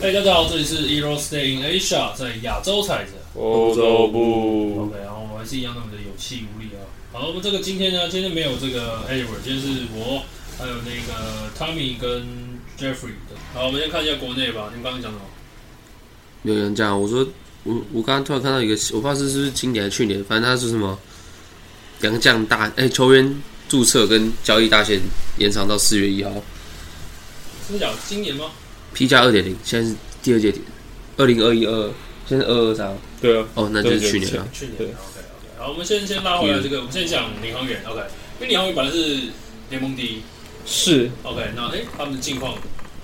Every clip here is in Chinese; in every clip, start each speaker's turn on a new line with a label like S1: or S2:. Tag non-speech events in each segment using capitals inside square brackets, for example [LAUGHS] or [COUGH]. S1: 嗨，大家好，这里是 Euro Stay in Asia，在亚洲踩着。
S2: 欧洲部
S1: OK，然后我们还是一样那么的有气无力啊。好，我们这个今天呢，今天没有这个 Edward，今天是我，还有那个 Tommy 跟 Jeffrey 的。好，我们先看一下国内吧。你们刚刚讲什么？
S3: 有人讲，我说我我刚刚突然看到一个，我不知道是是不是今年还是去年，反正他是什么洋将大哎、球员注册跟交易大限延长到四月一号
S1: 是不是讲今年吗？
S3: ，P 加二点零，现在是第二届点，二零二一二，现在二二三
S2: 对啊，
S3: 哦，那就是去年了。
S1: 去年。
S2: 对
S1: OK OK。好，我们先先拉回来这个，我们先讲领航员。OK，因为领航员本来是联盟第一。
S2: 是
S1: OK，那哎、诶他们的近况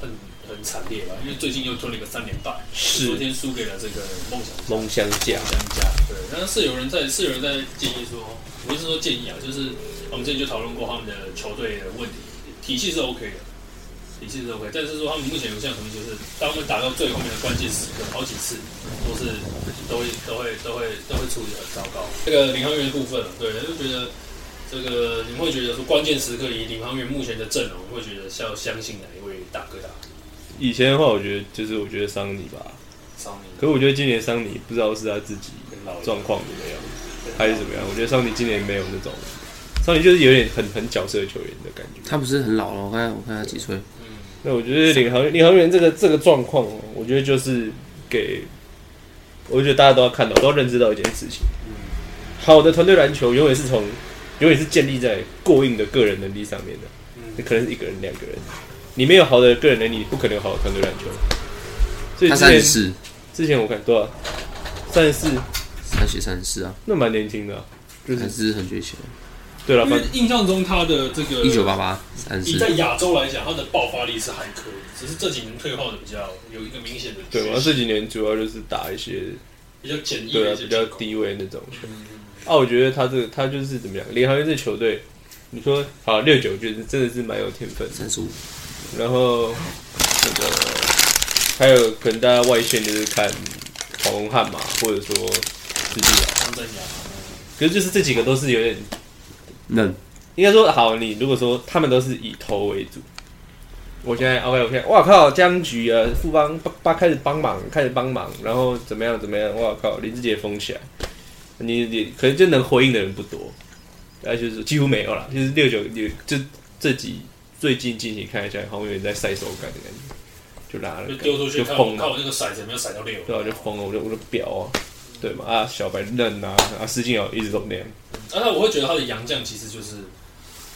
S1: 很很惨烈吧？因为最近又吞了一个三连败，昨
S2: 是
S1: 天输给了这个梦想家。
S2: 梦想家，
S1: 相加，对，但是有人在是有人在建议说，不是说建议啊，就是我们之前就讨论过他们的球队的问题，体系是 OK 的，体系是 OK，但是说他们目前有项什么就是，当他们打到最后面的关键时刻，好几次都是都会都会都会都会处理得很糟糕。这个领航员的部分，对，就觉得这个你们会觉得说关键时刻以领航员目前的阵容，会觉得是要相信哪一位大哥大？
S2: 以前的话，我觉得就是我觉得桑尼吧，
S1: 桑尼
S2: 可是我觉得今年桑尼不知道是他自己
S1: 跟老
S2: 状况怎么样，还是怎么样。我觉得桑尼今年没有那种，桑尼就是有点很很角色球员的感觉。
S3: 他不是很老了，我看我看他几岁，
S1: 嗯，
S2: 那我觉得领航领航员这个这个状况哦，我觉得就是给，我觉得大家都要看到，都要认知到一件事情
S1: 嗯，
S2: 好的团队篮球永远是从，永远是建立在过硬的个人能力上面的。
S1: 嗯
S2: 你可能是一个人、两个人，你没有好的个人能力，你不可能有好的团队篮球。所以
S3: 他三
S2: 之
S3: 十
S2: 前
S3: 四，
S2: 之前我看多少，三十四，
S3: 他写三十四啊，
S2: 那蛮年轻的啊、就是
S3: 还是很学习，
S2: 对了，
S1: 因
S2: 反
S3: 嗯
S1: 为印象中他的这个
S3: 一九八八三十
S1: 以在
S3: 四，
S1: 亚洲来讲，他的爆发力是还可以，只是这几年退化的比较有一个明显的
S2: 对，我
S1: 趋势
S2: 这几年主要就是打一些
S1: 比较简易
S2: 对
S1: 的
S2: 啊
S1: 一些
S2: 比较
S1: 进攻。
S2: 低位那种球。
S1: 嗯
S2: 啊，我觉得他这个他就是怎么样，联航员这球队，你说好六九就是真的是蛮有天分的，
S3: 三十五，
S2: 然后那个还有可能大家外线就是看黄龙汉嘛，或者说自己啊，
S1: 张镇雅，
S2: 可是就是这几个都是有点
S3: 嫩，
S2: 应该说好，你如果说他们都是以投为主，我现在 OK，我现在哇靠，僵局啊，富邦八八开始帮忙，开始帮忙，然后怎么样怎么样，哇靠，林志杰封起来，你你可能就能回应的人不多，那就是几乎没有了，就是六九六就这几最近近期看一下，好像有点在赛手感的感觉，就拿了
S1: 就丢出去
S2: 啊就
S1: 看我
S2: 疯
S1: 看
S2: 了，
S1: 我那个骰子有没有骰到六，
S2: 对啊，就疯了，我就我就表啊，对嘛啊，小白嫩啊，啊，施晋尧一直都那样，
S1: 啊，那我会觉得他的洋将其实就是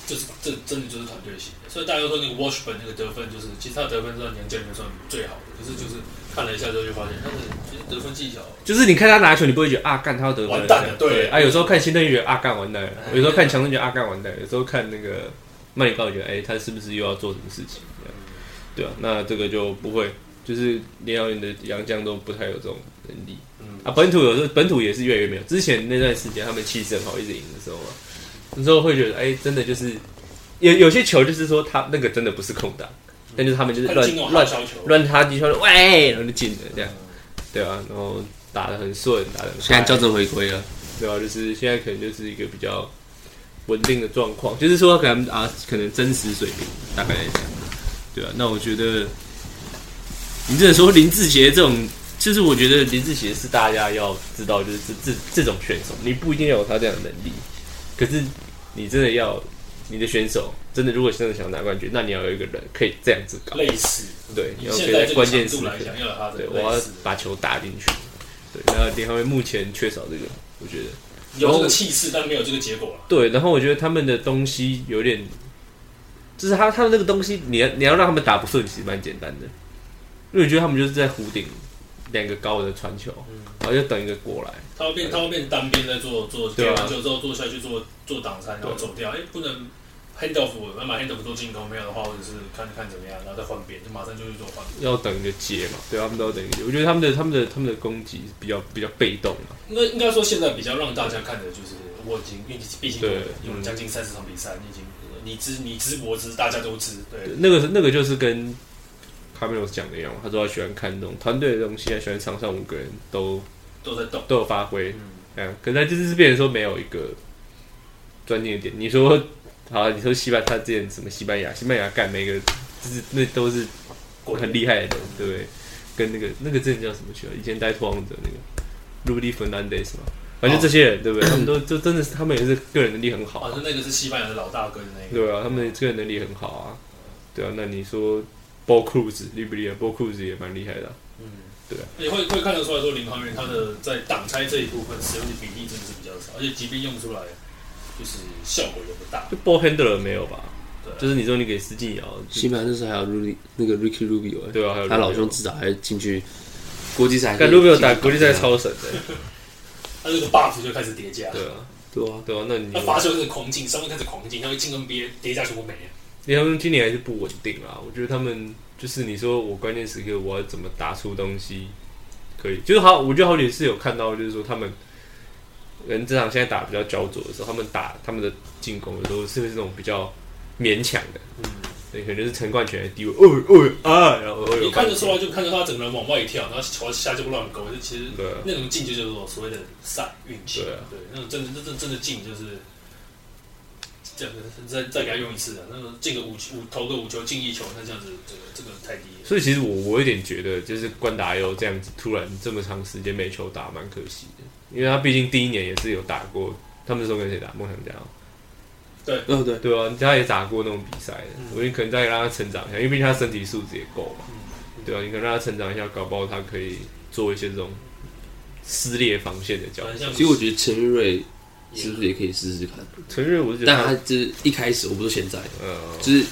S1: 就是这真的就是团队型的，所以大家都说那个 Washburn 那个得分就是，其实他得分在洋将里面算最好的，可是就是看了一下之后就发现他的其实得分技巧
S2: 就是你看他拿球，你不会觉得啊，干他要得分了
S1: 完蛋了
S2: 这样
S1: 对
S2: 啊，有时候看新邓就觉得啊，干完蛋了；
S1: 哎
S2: 有时候看强队觉得啊，干完蛋了；有时候看那个曼联高，觉得哎、他是不是又要做什么事情？
S1: 嗯
S2: 这样对啊，那这个就不会，就是联奥运的洋将都不太有这种能力
S1: 嗯
S2: 啊。本土有时候本土也是越来越没有。之前那段时间他们气势很好，一直赢的时候啊，那时候会觉得哎、真的就是有有些球就是说他那个真的不是空档，但就是他们就是
S1: 嗯他进攻
S2: 乱
S1: 好
S2: 乱
S1: 小球，
S2: 乱插进去，喂，然后就进了这样。
S1: 嗯
S2: 对啊，然后打得很顺，打得很
S3: 现在校
S2: 嗨
S3: 正回归了，
S2: 对啊，就是现在可能就是一个比较稳定的状况，就是说可能啊，可能真实水平大概来讲，对啊，那我觉得你只能说林志杰这种，就是我觉得林志杰是大家要知道，就是这这这种选手，你不一定要有他这样的能力，可是你真的要你的选手真的如果真的想拿冠军，那你要有一个人可以这样子搞，
S1: 类似，
S2: 对，
S1: 以
S2: 要可
S1: 现
S2: 以
S1: 在
S2: 在
S1: 这个
S2: 关键
S1: 强
S2: 时
S1: 度来
S2: 刻。
S1: 讲，要有他的
S2: 对，我
S1: 类
S2: 要
S1: 似
S2: 把球打进去。对，然后联合会目前缺少这个，我觉得
S1: 有这个气势，但没有这个结果了。
S2: 对。然后我觉得他们的东西有点，就是他他们那个东西，你要你要让他们打不顺，其实蛮简单的，因为我觉得他们就是在弧顶两个高的传球，然后就等一个过来。
S1: 他会变，他会变单边在做做，
S2: 对
S1: 给
S2: 啊
S1: 完球之后做下去做做挡拆，然后走掉。哎，不能 hand off，那把 hand off 做进攻，没有的话，或者是看看怎么样，然后再换边，就马上就去做换边。
S2: 要等一个接嘛，对，他们都要等一个接。我觉得他们的他们的他们的攻击比较比较被动啊嘛，
S1: 应该应该说，现在比较让大家看的就是，我已经因为毕竟
S2: 对
S1: 有
S2: 嗯
S1: 将近三十场比赛，你已经你知你知我知，大家都知，对
S2: 对，那个那个就是跟卡梅隆讲的一样嘛，他说他喜欢看那种团队的东西，他喜欢场上五个人都
S1: 都在动。
S2: 都有发挥，
S1: 嗯
S2: 嗯，可是他就是变成说没有一个专业点。你说好，啊你说西班他之前什么西班牙，西班牙干每个就是那都是
S1: 滚
S2: 很厉害的人，对不对？跟那个那个之前叫什么球？啊以前带拓荒者那个 Rudy Fernandez 嘛，反正就这些人对不对？他们都就真的是他们也是个人能力很好、
S1: 好
S2: 啊
S1: 像，那个是西班牙的老大哥的那个，
S2: 对啊，他们个人能力很好啊，对啊。那你说 Ball Cruz 厉不厉害？Ball Cruz 也蛮厉害的啊、
S1: 也会会看得出来说，领航员他的在挡拆这一部分使用的比例真的是比较少，而且即便用出来，就是效果也不大。
S2: 就 Ball Handler 没有吧？
S1: 对啊
S2: 就是你说你给施晋尧，
S3: 西班牙那时候还有 Rudy 那个 Ricky Rubio，、欸、
S2: 对啊，还有
S3: 他老
S2: Rubio
S3: 兄至少还进去国际赛，
S2: 干 Rubio 打国际赛，超神的，
S1: 他这个 buff 就开始叠加，
S2: 对啊，
S3: 对啊，
S2: 对啊。那你
S1: 他罚球开始狂进，上面开始狂进，他会进 NBA 叠加全部没了。
S2: 因为他们今年还是不稳定啦。我觉得他们就是你说我关键时刻我要怎么打出东西，可以，就是好，我觉得好几次有看到，就是说他们人这场现在打比较焦灼的时候，他们打他们的进攻的时候是不是那种比较勉强的？
S1: 嗯，
S2: 对，可能就是陈冠泉的低位，哦哦啊，然后哦
S1: 你看得出来，就看到他整个人往外跳，然后球下就乱勾，就其实
S2: 对啊
S3: 嗯
S1: 那种进就叫做所谓的赛运气，
S2: 对啊
S1: 对，那种真的真真真的进就是。这样子再再给他用一次啊！那个进个五球五投个五球进一球，那这样子这个这个太低了。
S2: 所以其实我我有点觉得，就是关达佑这样子突然这么长时间没球打，蛮可惜的，因为他毕竟第一年也是有打过，他们那时候跟谁打梦想家哦，
S3: 嗯对，
S2: 对啊，他也打过那种比赛的，我觉得可能再让他成长一下，因为毕竟他身体素质也够嘛，
S3: 嗯
S2: 对啊，你可能让他成长一下，搞不好他可以做一些这种撕裂防线的交
S1: 反正像
S2: 易。
S3: 其实我觉得陈玉瑞是不是也可以试试看？
S2: 陈瑞，我是觉得
S3: 但
S2: 他，
S3: 他就是一开始，我不是现在，
S2: 呃，
S3: 就是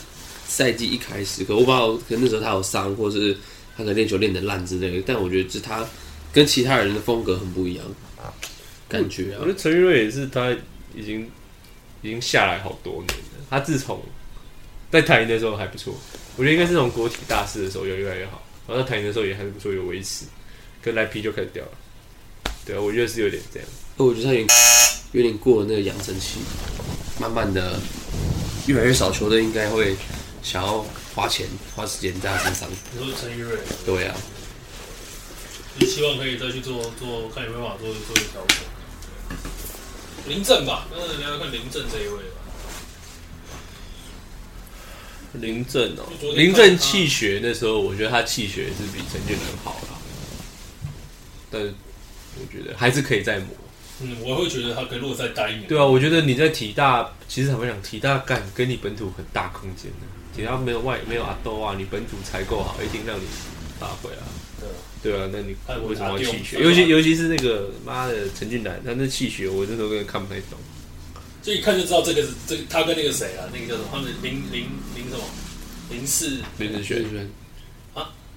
S3: 赛季一开始，可我不知道，可能那时候他有伤，或者是他可能练球练得烂之类的。但我觉得就是他跟其他人的风格很不一样，感觉啊
S2: 我觉，得陈玉瑞也是他已经已经下来好多年了。他自从在台银的时候还不错，我觉得应该是从国体大师的时候有越来越好，然后在台银的时候也还是不错，有维持。可来 P 就开始掉了，对啊，我觉得是有点这样。
S3: 哦我觉得他有点有点过了那个养成期，慢慢的越来越少球队应该会想要花钱花时间在他身上。
S1: 你说陈玉瑞，
S3: 对啊，
S1: 你希望可以再去做做，看有没有办法做做一个调整。
S3: 嗯
S1: 林振吧，那聊聊看林振这一位吧。
S2: 林正哦
S1: 昨，天
S2: 林
S1: 看
S2: 正
S1: 他
S2: 气血那时候，我觉得他气血是比陈建仁好啦，但我觉得还是可以再磨。
S1: 嗯，我会觉得他可以如果再待一年，
S2: 对啊，我觉得你在体大，其实坦白讲，体大干跟你本土很大空间的，体大没有外没有阿斗啊，你本土才够好，一定让你发挥啊。
S1: 对啊
S2: 对啊，那你
S1: 哎我
S2: 为什么要气血？
S1: 阿丢
S2: 尤其尤其是那个妈的陈俊南，他那气血我那时候根本看不太懂。
S1: 就一看就知道这个是这个他跟那个谁啊，那个叫什么，他们零零零什么零四
S2: 林志
S3: 对
S2: 炫
S3: 不对？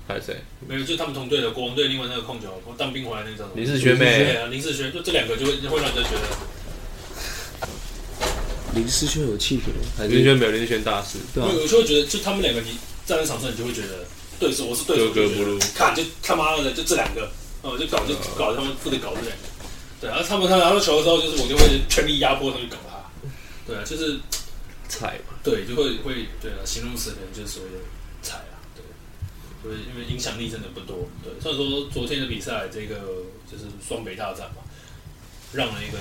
S2: 还有谁？
S1: 没有，就他们同队的国王队另外那个控球，我当兵回来那个叫什么
S2: 林世学妹
S1: 对，啊，林世轩，就这两个就会会让人家觉得
S3: 林思轩有气球，还
S2: 林志
S3: 是
S2: 炫没有林志炫大师，
S3: 对啊
S1: 有有时候觉得，就他们两个，你站在场上，你就会觉得对手，我是对手，
S2: 格格
S1: 我就觉得
S2: 不入
S1: 看，就他妈的，就这两个，哦，就搞就搞他们，负责搞这两个。对，然后他们看拿到球的时候，就是我就会全力压迫他们去搞他。对啊，就是
S2: 菜嘛。
S1: 对，就会会对啊，形容词可能就是所谓的菜啊，对，所以因为影响力真的不多。对，虽然说昨天的比赛，这个就是双北大战嘛，让了一个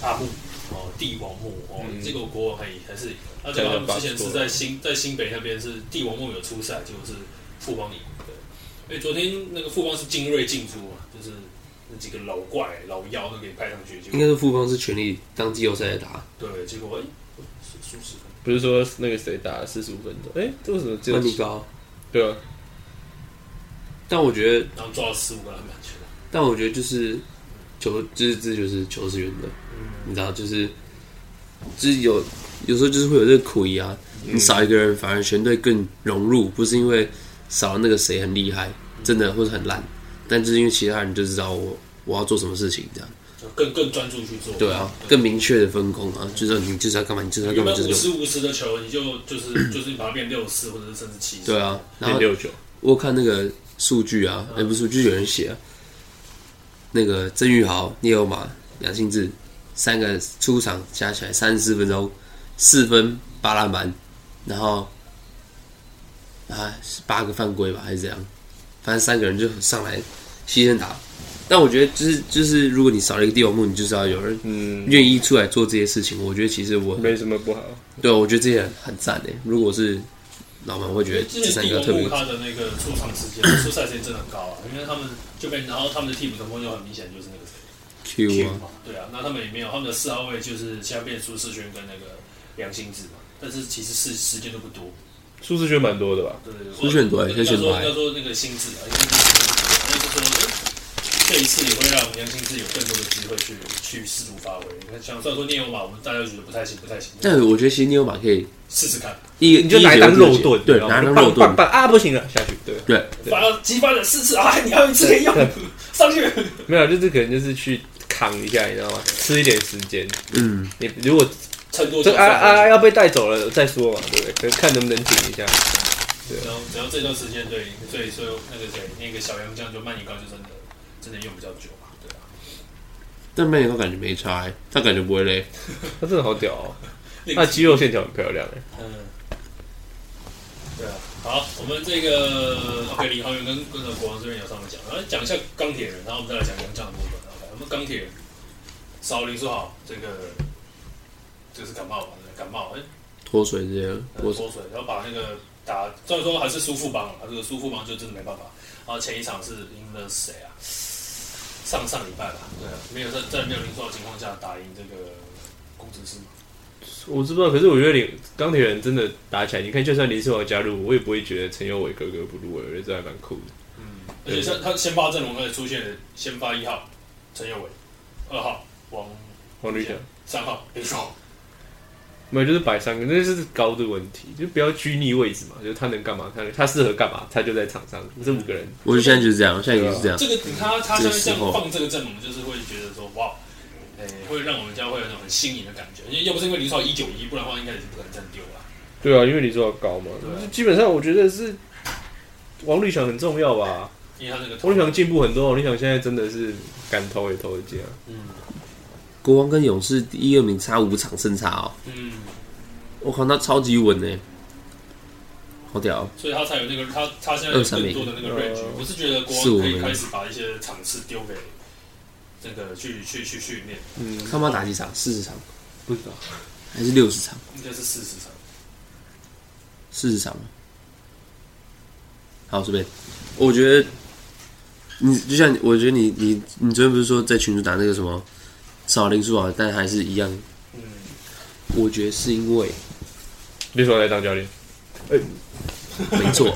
S1: 阿布哦，帝王木哦，
S2: 嗯
S1: 这个国王还以还是啊赢了，而且他们之前是在新在新北那边是帝王木有出赛，结果是富邦赢。对，因为昨天那个富邦是精锐进出嘛，就是那几个老怪老妖都给派上去，结
S3: 应该
S1: 果
S3: 是富邦是全力当季后赛来打，
S1: 对，结果哎，输输十分。
S2: 不是说那个谁打了四十五分钟？哎、这为什么只有
S3: 曼尼高。
S2: 对啊？
S3: 但我觉得，
S1: 然后抓了十五个篮板球，
S3: 但我觉得就是球，就是这就是球是圆的。
S1: 嗯，
S3: 你知道，就是就是有有时候就是会有这个苦疑啊。你少一个人，反而全队更融入，不是因为少了那个谁很厉害，真的或者很烂，但就是因为其他人就知道我我要做什么事情，这样
S1: 就更更专注去做。
S3: 对啊，更明确的分工啊，就是你就是要干嘛，你就是要
S1: 原
S3: 干嘛，
S1: 本
S3: 就是
S1: 五
S3: 干嘛
S1: 十五十的球，你就就是就是你把它变六十或者是甚至七十。
S3: 对啊。然
S2: 零
S3: 后
S2: 六九，
S3: 我看那个数据啊，哎、不是数据，有人写、啊，那个郑玉豪、聂友马、杨兴志三个出场加起来三十四分钟，四分八篮板，然后啊是八个犯规吧，还是怎样？反正三个人就上来牺牲打。但我觉得就是就是，如果你少了一个帝王木，你就是要有人
S2: 嗯，
S3: 愿意出来做这些事情。我觉得其实我
S2: 没什么不好。
S3: 对，我觉得这些很很赞诶。如果是老板会觉得
S1: 之
S3: 这
S1: 前
S3: 三
S1: 帝
S3: 个特
S1: 国
S3: 别
S1: 穆卡的那个出场时间、出赛时间真的很高啊，因为他们就被，然后他们的替补中锋就很明显就是那个谁
S3: Q 啊
S1: Q 嘛，对啊，那他们也没有，他们的四号位就是现在变舒适圈跟那个梁心智嘛，但是其实是时间都不多，
S2: 舒适圈蛮多的吧？
S1: 对对对，
S3: 初选多
S1: 应
S3: 先
S1: 该
S3: 选
S1: 说
S3: 多
S1: 应该说那个心智啊，应该是就是说，哎这一次也会让梁心智有更多的机会去去试图发挥。你看，像虽然说涅欧马，我们大家觉得不太行，不太行，
S2: 嗯
S3: 但我觉得其实你有马可以
S1: 试试看，
S3: 一
S2: 你就拿来当肉盾，
S3: 对，
S2: 然后
S3: 拿来当
S2: 棒
S3: 肉
S2: 棒
S3: 盾，
S2: 棒啊，不行了，下去。对，
S3: 对，
S2: 对
S1: 反正激发了四次啊，你还有一次可以用，上去。
S2: 没有，就是可能就是去扛一下，你知道吗？吃一点时间。
S3: 嗯，
S2: 你如果
S1: 撑多
S2: 这
S1: 久
S2: 啊啊要被带走了再说嘛，对不对？可能看能不能挺一下。
S1: 然后只要这段时间对，所以说那个谁，那个小杨将就曼尼高就真的真的用比较久嘛，对啊。
S3: 但曼联我感觉没差欸，他感觉不会累，
S2: 他真的好屌哦，
S1: 那
S2: 他
S1: 个
S2: 的肌肉线条很漂亮哎。
S1: 嗯，对啊。好，我们这个 OK，李浩源跟跟着国王这边有上面讲，然后讲一下钢铁人，然后我们再来讲杨将的部分。OK，我们钢铁人，少林说好，这个这是感冒吧？感冒，哎、
S3: 脱水这些，
S1: 我
S3: 我
S1: 缩水，然后把那个打，虽然说还是苏富邦，他这个苏富邦就真的没办法。然后前一场是赢了谁啊？上上礼拜吧，对啊，没有在在没有零输的情况下打赢这个工程师嘛，
S2: 我知不知道，可是我觉得林钢铁人真的打起来，你看就算林书豪加入，我也不会觉得陈友伟格格不入，我觉得这还蛮酷的。
S1: 嗯，而且像他先发阵容开始出现了先发一号陈友伟，二号王，
S2: 黄绿翔，
S1: 三号林书豪，
S2: 没有就是摆三个，那就是高的问题，就不要拘泥位置嘛，就是他能干嘛，他他适合干嘛，他就在场上。这五个人，
S3: 我觉得现在就是这样，现在就是这样，
S2: 啊
S1: 这个你看他他
S3: 这
S1: 现
S3: 个
S1: 在这样
S3: 时候
S1: 放这个阵容，就是会觉得说哇。诶、会让我们家会有那种很新颖的感觉，因为要不是因为林书豪一九一，不然的话应该也是不可能这样丢了。
S2: 对啊，因为你说高嘛
S1: 对啊，
S2: 基本上我觉得是王绿翔很重要吧。
S1: 因为他那个头
S2: 王绿翔进步很多，王绿翔现在真的是敢投也投得进啊。
S1: 嗯
S3: 国王跟勇士第一二名差五场胜差哦，
S1: 嗯，
S3: 我靠，那超级稳呢，好屌哦，
S1: 所以他才有那个他他现在有更多的那个
S2: 二三零
S1: range。我是觉得国
S3: 四
S1: 王
S3: 五
S1: 可
S3: 零
S1: 以开始把一些场次丢给这个去去去训练，
S2: 嗯，
S3: 他妈打几场？四十场
S2: 不知道，
S3: 还是六十场？
S1: 应该是四十场。
S3: 四十场吗？好，这边，我觉得你就像我觉得你你你昨天不是说在群主打那个什么少林书啊，但还是一样，
S1: 嗯，
S3: 我觉得是因为
S2: 绿翔来当教练，
S3: 没
S2: [LAUGHS]
S3: 错，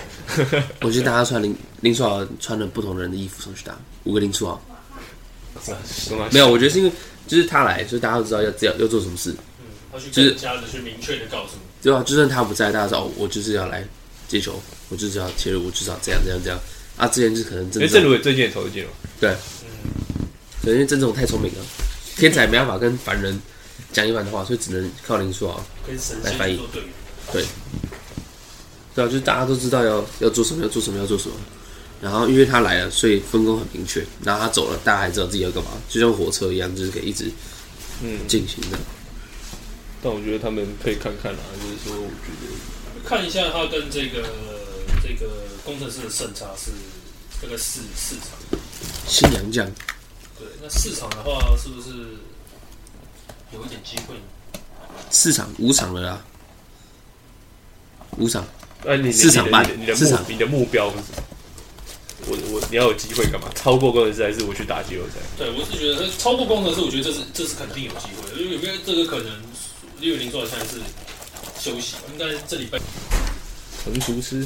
S3: 我觉得大家穿林林书豪穿了不同人的衣服上去打五个林书豪，
S2: 懂吗
S3: 没有，我觉得是因为就是他来，所以大家都知道要要要做什么事，
S1: 嗯，他去
S3: 就是
S1: 更加的去明确的告诉你，
S3: 对吧、啊就算他不在，大家知道哦我就是要来接球，我就是要切入，我就是要这样这样这样。啊，之前就是可能真
S2: 哎，
S3: 的
S2: 郑如伟最近也投得进了，
S1: 嗯，
S3: 对，因为郑总太聪明了，天才没办法跟凡人讲一般的话，所以只能靠林书豪。
S1: 跟神
S3: 来翻
S1: 仙
S3: 译
S1: 做对比。
S3: 对啊，就是大家都知道要要做什么，要做什么，要做什么。然后因为他来了，所以分工很明确。然后他走了，大家还知道自己要干嘛，就像火车一样，就是可以一直
S2: 嗯。
S3: 进行的。
S2: 但我觉得他们可以看看啦，就是说，我觉得
S1: 看一下他跟这个这个工程师的胜差是大概四四场。
S3: 新洋将
S1: 对，那四场的话是不是有一点机会呢？
S3: 四场五场了啦，五场
S2: 哎，你
S3: 市场
S2: 你
S3: 办
S2: 的你的
S3: 市
S2: 目
S3: 场
S2: 你的目标是什么？我我你要有机会干嘛？超过工程师还是我去打季后赛？
S1: 对，我是觉得超过工程师，我觉得这是这是肯定有机会的，因为因为这个可能因为林书豪现在是休息，应该这礼拜，
S2: 成熟师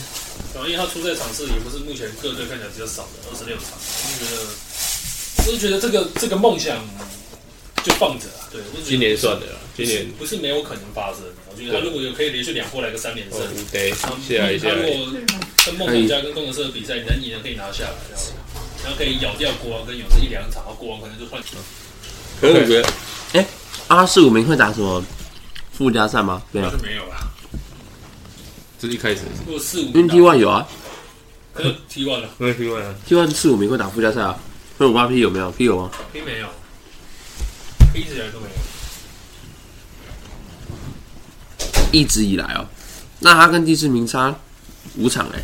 S1: 然后因为他出赛场次也不是目前各队看起来比较少的二十六场，我就觉得我是觉得这个这个梦想就放着啊，对，我是觉得
S2: 今年算的啦，今年
S1: 不是没有可能发生，我觉得他如果有可以连续两波来个三连胜。
S2: 哦五 day
S1: 他们
S2: 下来下
S1: 他如
S2: 来，
S1: 果跟梦想家跟工程师的比赛能赢的可以拿下来，然后
S2: 哎
S1: 然后可以咬掉国王跟勇士一两场，然后啊国王可能就换
S2: 可是我觉得
S3: 啊，四五名会打什么附加赛吗？
S2: 嗯
S3: 没有
S1: 那就没有了。
S2: 这是一开始，
S1: 如果四五
S3: 因为
S1: 打
S3: T one 有啊
S1: 可是 T one 了
S2: 我也听完了，
S3: ，T one 四五名会打附加赛啊。会五八 P 有没有？P 有吗？
S1: ，P 没有，P 一直以来都没有。
S3: 一直以来哦，那他跟第四名差五场哎、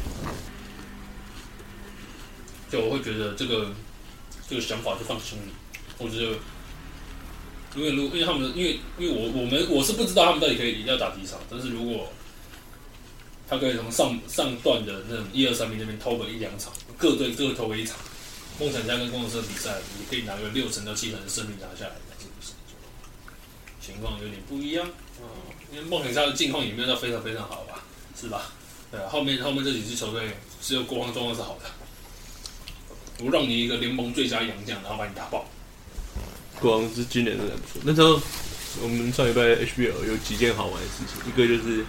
S1: 就我会觉得这个这个想法就放心里。我觉得，因为如因为他们因为因为我我们我是不知道他们到底可以要打几场，但是如果他可以从上上段的那种一二三名那边偷个一两场，各队各偷个一场。梦想家跟工程师比赛，你可以拿个六成到七成的胜率拿下来，是不是？情况有点不一样，嗯，因为梦想家的境况也没有到非常非常好吧，是吧？对啊，后面后面这几支球队只有国王状况是好的，我让你一个联盟最佳洋将，然后把你打爆。
S2: 国王之今年真的不错。那时候我们上礼拜 HBL 有几件好玩的事情，一个就是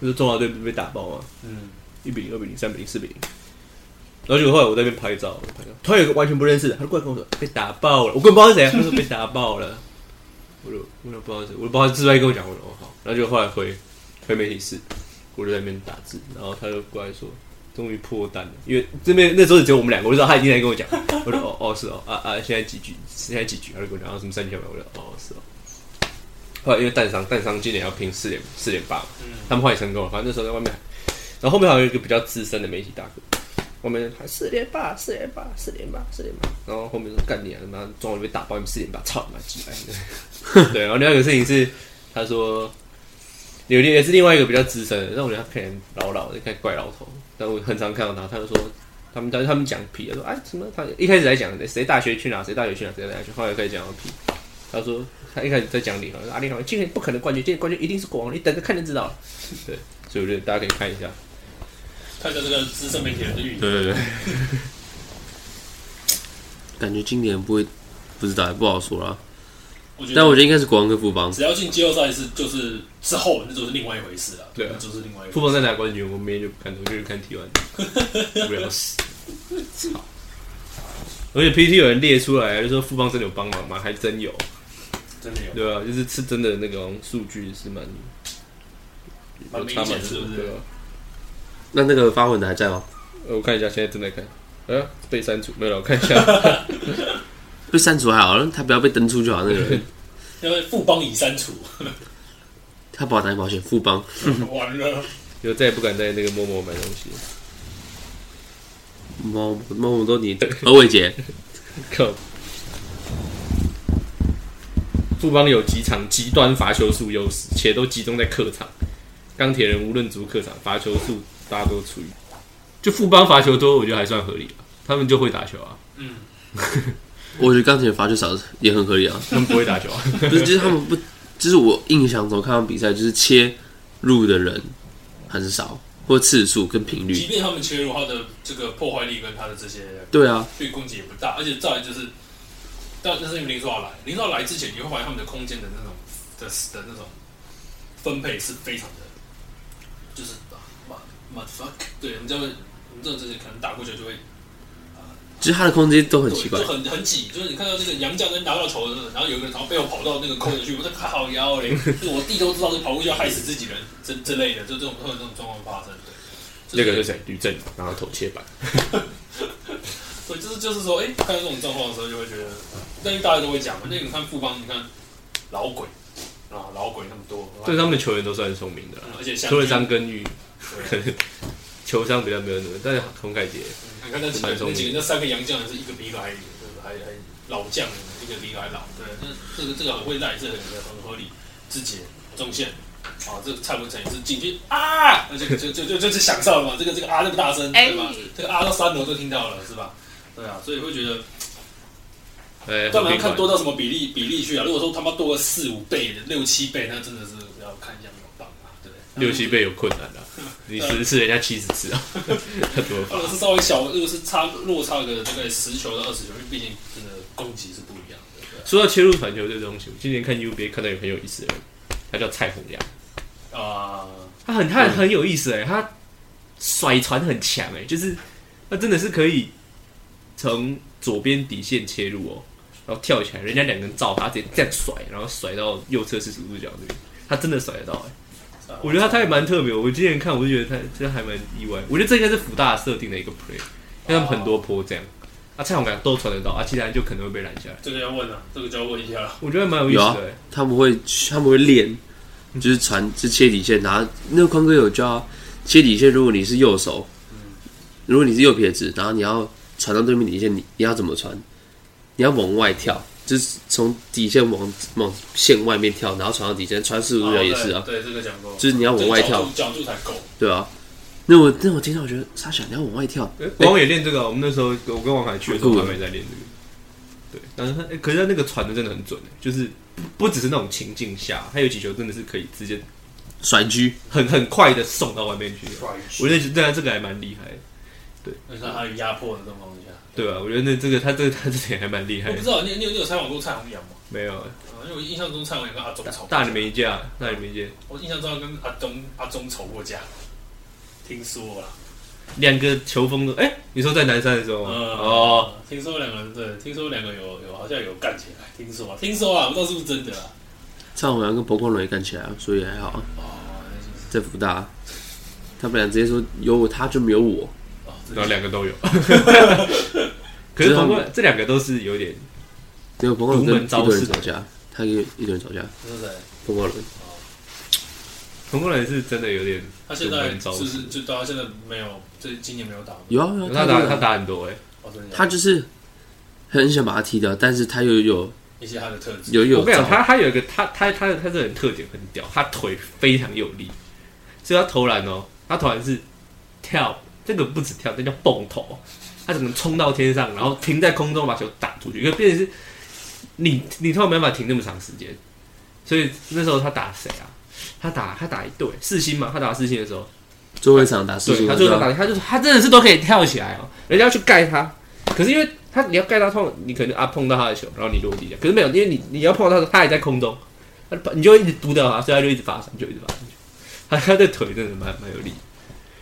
S2: 就是中华队被打爆嘛，
S1: 嗯，
S2: 一比零、二比零、三比零、四比零。然后结果后来我在那边拍照，我拍照，突然有个完全不认识的，他就过来跟我说被打爆了，我根本不知道是谁、啊，他说被打爆了，我就我就不知道是谁，我就不知道是谁跟我讲，我说哦好，然后就后来回回媒体室，我就在那边打字，然后他就过来说终于破单了，因为这边那时候只有我们两个，我就知道他已经在跟我讲，我说哦哦是哦啊啊现在几局现在几局，他就跟我讲啊什么三局没有，我就哦是哦。后来因为蛋商蛋商今年要拼四点四点八嘛，他们后来成功了，反正那时候在外面，然后后面还有一个比较资深的媒体大哥。我们还四连霸，四连霸，四连霸，四连霸。然后后面说干你啊，他妈中午被打爆，你们四连霸，操你妈鸡巴！ [LAUGHS] 对，然后另外一个事情是，他说有另也是另外一个比较资深的，但我觉得他看起来老老的，看起来怪老头。但我很常看到他，他就说他们他他们讲屁，他说啊什么，他一开始在讲谁大学去哪，谁大学去哪，谁大学去，后来开始讲到屁。他说他一开始在讲李航，说啊李航今年不可能冠军，今年冠军一定是国王，你等着看就知道了。对，所以我觉得大家可以看一下。
S1: 看一下这个资深媒体人的预言，
S2: 对对对。
S3: 感觉今年不会，不知道，不好说啦。
S1: 我觉得
S3: 但我觉得应该是国王跟富邦，
S1: 只要进季后赛是就是之后，那就是另外一回事了。
S2: 对啊
S1: 那就是另外一
S2: 富
S1: 回事。
S2: 邦在拿冠军，我明天就不看，我就去看 T 1无聊死。而且 PT 有人列出来，就说富邦真的有帮忙吗？还真有，
S1: 真的有
S2: 对吧、就是是真的那种数据是蛮
S1: 蛮
S2: 有
S1: 明
S2: 差
S1: 显
S2: 蛮
S1: 的，是
S2: 多
S1: 不
S2: 的，
S1: 是
S2: 对？吧、
S3: 那那个发文的还在吗？
S2: 呃我看一下，现在正在看，呃、被删除没有了？我看一
S1: [LAUGHS]
S2: 下，
S3: 被删除还好，他不要被登出就好。那个
S2: [LAUGHS]
S3: 人，
S1: 因为富邦已删除， [LAUGHS]
S3: 他保单保险富邦，
S1: 完了。
S2: 就再也不敢在那个陌陌买东西了，
S3: 猫猫我都你何伟杰，
S2: 靠！富邦有几场极端罚球数优势，且都集中在客场。钢铁人无论足客场罚球数，大家都处于就富邦罚球多，我觉得还算合理吧。他们就会打球啊，
S1: 嗯，
S3: 我觉得钢铁人罚球少也很合理啊。
S2: 他们不会打球 [LAUGHS] 啊。
S3: 不是，就是他们不，就是我印象中看到比赛，就是切入的人很少，或次数跟频
S1: 即
S3: 率。
S1: 便他们切入，他的这个破坏力跟他的这些
S3: 对啊，
S1: 对攻击也不大，而且再来就是，但那是因为林书豪来，林书豪来之前，你会发现他们的空间的那种的的那种分配是非常的，就是啊妈妈 fuck，对，我们这样会，我们这种之前可能打过球就会
S3: 就是他的空间都很奇怪
S1: 就。很很挤，就是你看到这个杨将跟拿到球的，然后有一个人然后被我跑到那个空里去，我说他好妖嘞，就我弟都知道这跑过去要害死自己人，之之类的，就这种会有这种状况发生，对，
S2: 那个
S1: 就是
S2: 谁？吕正，然后头切板。
S1: 所以就是就是说，哎、看到这种状况的时候，就会觉得，但是大家都会讲嘛。那你看富邦，你看老鬼啊，老鬼那么多，
S2: 对他们的球员都算是聪明的啦，
S1: 嗯而且像
S2: 除了张根玉，可能球商比较没有那么，但是洪凯杰
S1: 你看那几个那几个那三个洋将，是一个比一个还还还老将，一个比一个还老。对，那这个这个很会带，这个很合理。志杰中线啊，这个蔡文成也是进去啊，那就就就就就享受了嘛。这个这个啊那么大声，对吧？这个啊到三楼都听到了，是吧？对啊，所以会觉得。
S2: 哎，
S1: 干嘛
S2: 洪
S1: 要
S2: 定
S1: 看
S2: 馆
S1: 多到什么比例比例去啊？如果说他妈多个四五倍、六七倍，那真的是要看一下有棒啊，对不对？
S2: 六七倍有困难啊，你十次人家七十次
S1: [LAUGHS]
S2: 啊，他怎么
S1: 如
S2: 罚
S1: 果？是稍微小，如果是差落差个大概十球到二十球，因为毕竟真的攻击是不一样的。对
S2: 说到切入传球这东西，我今年看 UBA 看到有很有意思的人，他叫蔡宏亮，
S1: 不对啊，
S2: 他很他很有意思哎、他甩传很强哎、就是他真的是可以从左边底线切入哦、然后跳起来，人家两个人罩他，直接这样甩，然后甩到右侧四十五度角这边，他真的甩得到哎、我觉得他太蛮特别，我今年看我就觉得他这还蛮意外，我觉得这应该是福大设定的一个 play，因为他们很多波这样，啊蔡宏亮都传得到，啊其他人就可能会被拦下来，
S1: 这个要问啊，这个就要问一下了。
S2: 我觉得蛮有意思的、欸。
S3: 他们会他们会练，就是传就切底线，然后那个宽哥有教啊切底线，如果你是右手，如果你是右撇子，然后你要传到对面底线，你你要怎么传？你要往外跳，就是从底线往往线外面跳，然后传到底线，传四十度角也是啊，
S1: 哦对，对这个讲过，
S3: 就是你要往外跳
S1: 这个，角度角度才够。
S3: 对啊。那我那我听到，我觉得沙小你要往外跳，
S2: 哎王也练这个啊，我们那时候我跟王凯去的时候，
S3: 酷
S2: 他们也在练这个。对，但是他、哎可是他那个传的真的很准、就是不不只是那种情境下，他有几球真的是可以直接
S3: 甩狙，
S2: 很很快的送到外面去。我
S1: 我
S2: 觉得对他这个还蛮厉害的，
S1: 那他有压迫的状况下，
S2: 对啊吧、我觉得那这个他这个他这点还蛮厉
S3: 哎
S2: 害
S1: 啊我不
S2: 的。
S1: 知道你有你有你有采访过蔡宏洋吗？
S2: 没有，
S1: 啊因为我印象中蔡宏洋跟阿忠吵过架
S2: 大你们一架，大你们一架，
S1: 我印象中他跟阿忠阿忠吵过架，听说啦。啊
S2: 两个球风都哎、你说在南山的时候吗？
S1: 嗯
S2: 哦，，
S1: 听说两个人对，听说两个有有好像有干起来，听说啊，听说啊，不知道是不是真的啊。
S3: 蔡宏阳跟博光伦也干起来了，所以还好啊，
S1: 哦，那就是
S3: 在福大，他本来直接说有我他就没有我，
S1: 哦，这
S2: 然
S1: 个
S2: 后两
S1: [LAUGHS]
S2: 个都有。可是
S3: 这
S2: 不
S3: 样
S2: 过这两个都是有点
S3: 没有博光
S2: 独
S3: 伦
S2: 门
S3: 跟一
S2: 招
S3: 堆人
S2: 式
S3: 吵架，他跟一堆人吵架，
S1: 对不对？
S3: 博光伦
S2: 同工人是真的有点，
S1: 他现在
S2: 就
S1: 就
S2: 很
S1: 是
S2: 糟
S1: 不是就到啊他现在没有，这今年没有打吗？
S3: 有啊有啊，
S2: 他
S3: 真
S2: 打
S3: 的
S2: 他打很多哎、
S1: 哦，真的假的
S3: 他就是很想把他踢掉，但是他又有
S1: 一些他的特质，
S3: 有有
S2: 我跟你讲，
S3: 招，
S2: 他哦他有一个他他他他这个人特点很屌，他腿非常有力，所以他投篮哦，他投篮是跳，这个不止跳，这叫蹦投，他只能冲到天上，然后停在空中把球打出去，因为变成是你你突然没办法停那么长时间，所以那时候他打谁啊？他打他打一队四星嘛，他打四星的时候，
S3: 最后一场打四十
S2: 对，
S3: 五
S2: 他最后
S3: 分
S2: 打，他就是他真的是都可以跳起来哦，人家要去盖他，可是因为他你要盖他碰，你可能啊碰到他的球，然后你落地啊了，可是没有，因为你你要碰到他的时候，他还在空中，他你就会一直嘟掉他，所以他就一直发散，就一直发散。他他的腿真的蛮蛮有力，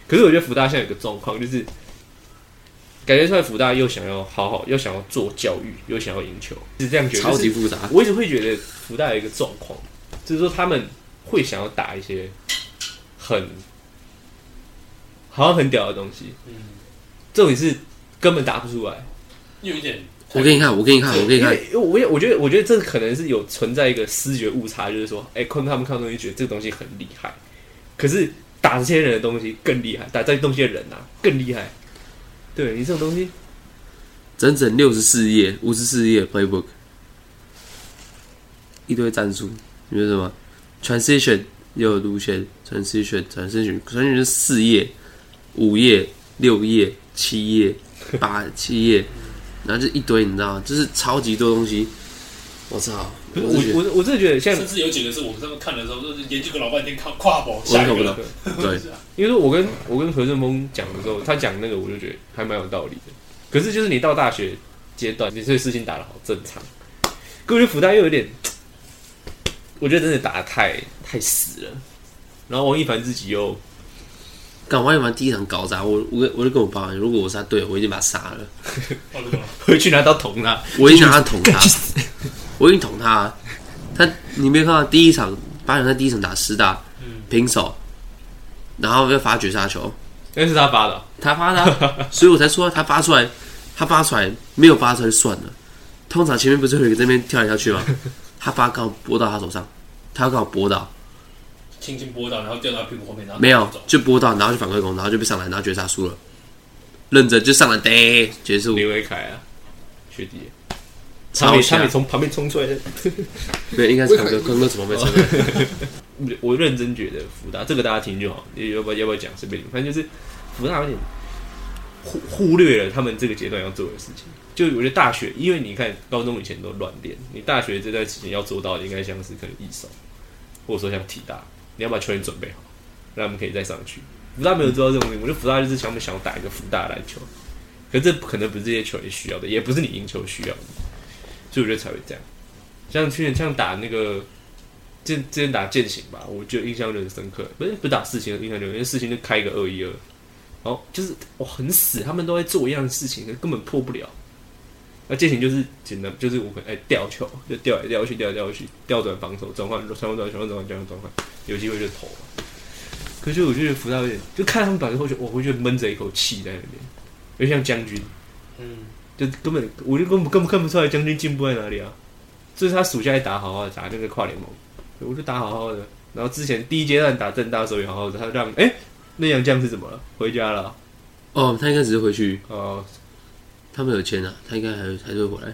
S2: 可是我觉得福大现在有个状况就是，感觉出来福大又想要好好，又想要做教育，又想要赢球，是这样觉得。
S3: 超
S2: 就是
S3: 级复杂，
S2: 我一直会觉得福大有一个状况，就是说他们会想要打一些很好像很屌的东西，
S1: 嗯，
S2: 这种是根本打不出来。
S1: 又有一点
S3: 我给你看，我给你看，我给
S2: 因
S3: 你看
S2: 为，因为我也我觉得，我觉得这可能是有存在一个视觉误差，就是说，哎、看他们看到东西，觉得这个东西很厉害，可是打这些人的东西更厉害，打这些东西的人啊更厉害。对你这种东西，
S3: 整整六十四页，五十四页 playbook，一堆战术，你觉得什么？transition 又有路线，transition transition transition 是四页、五页、六页、七页、八七页，然后就一堆，你知道吗？就是超级多东西。我操！
S2: 不是
S3: 我是
S2: 我我我真的觉得现在
S1: 哎甚至有几个是我们上面看的时候，就是研究个老半天，看跨博，
S3: 我
S1: 下
S3: 看
S1: 一
S3: 不
S1: 个啊
S3: 到，对，
S2: 因为我跟我跟何振峰讲的时候，他讲那个我就觉得还蛮有道理的。可是就是你到大学阶段，你这事情打得好正常，可我觉得福大又有点，我觉得真的打得太太死了。然后王一凡自己又
S3: 干完一玩第一场搞砸，我我跟我就跟我爸讲，如果我是他队友，我已经把他杀了，
S1: 哦对吧
S2: 回去拿到铜了，
S3: 我已经拿他捅他，我已经捅他啊。他你没有看到第一场八强在第一场打师大
S1: 嗯，
S3: 平手，然后又罚绝杀球，
S2: 那是他发的哦、
S3: 他发的啊、 [LAUGHS] 所以我才说他发出来，他发出来没有发出来就算了。通常前面不是会有一个这边跳来跳去吗？他发刚好拨到他手上，他刚好拨到，
S1: 轻轻拨到，然后掉到他屁股后面，然后
S3: 没有
S1: 走
S3: 就拨到，然后就反快攻，然后就被上来，然后绝杀输了。认真就上来，得结束，
S2: 林维凯啊，学弟，他
S3: 超
S2: 没他
S3: 强
S2: 没。从旁边冲出来的。
S3: 对，应该是康哥，康哥怎么没出来？
S2: 我认真觉得福大这个大家听就好，也要不要要不要讲随便你们，反正就是福大有点忽忽略了他们这个阶段要做的事情。就我觉得大学，因为你看高中以前都乱练，你大学这段时间要做到的，应该像是可能一手，或者说像体大，你要把球员准备好，让他们可以再上去。福大没有做到这种东西，我觉得福大就是想想打一个福大的篮球，可这可能不是这些球员需要的，也不是你赢球需要的，所以我觉得才会这样。像去年像打那个之之前打剑行吧，我就印象就很深刻。不是不是打四星，印象就因为四星就开一个二一二，然后就是哇很死，他们都在做一样的事情，根本破不了。那剑行就是简单，就是我们哎吊球就吊来吊去，吊来吊去，调转防守，转换转换转换转换转换转换转换，有机会就投嘛。可是我就觉得福大有点，就看他们打之后，就我会觉得闷着一口气在那边，就像将军，
S1: 嗯，
S2: 就根本我就根本根本看不出来将军进步在哪里啊！就是他暑假也打好好的，打那个跨联盟，我就打好好的。然后之前第一阶段打正大的时候也好好的，他让哎、那杨将是怎么了？回家了
S3: 哦，他应该只是回去，
S2: 哦、
S3: 他们有签啊，他应该还还是会回来，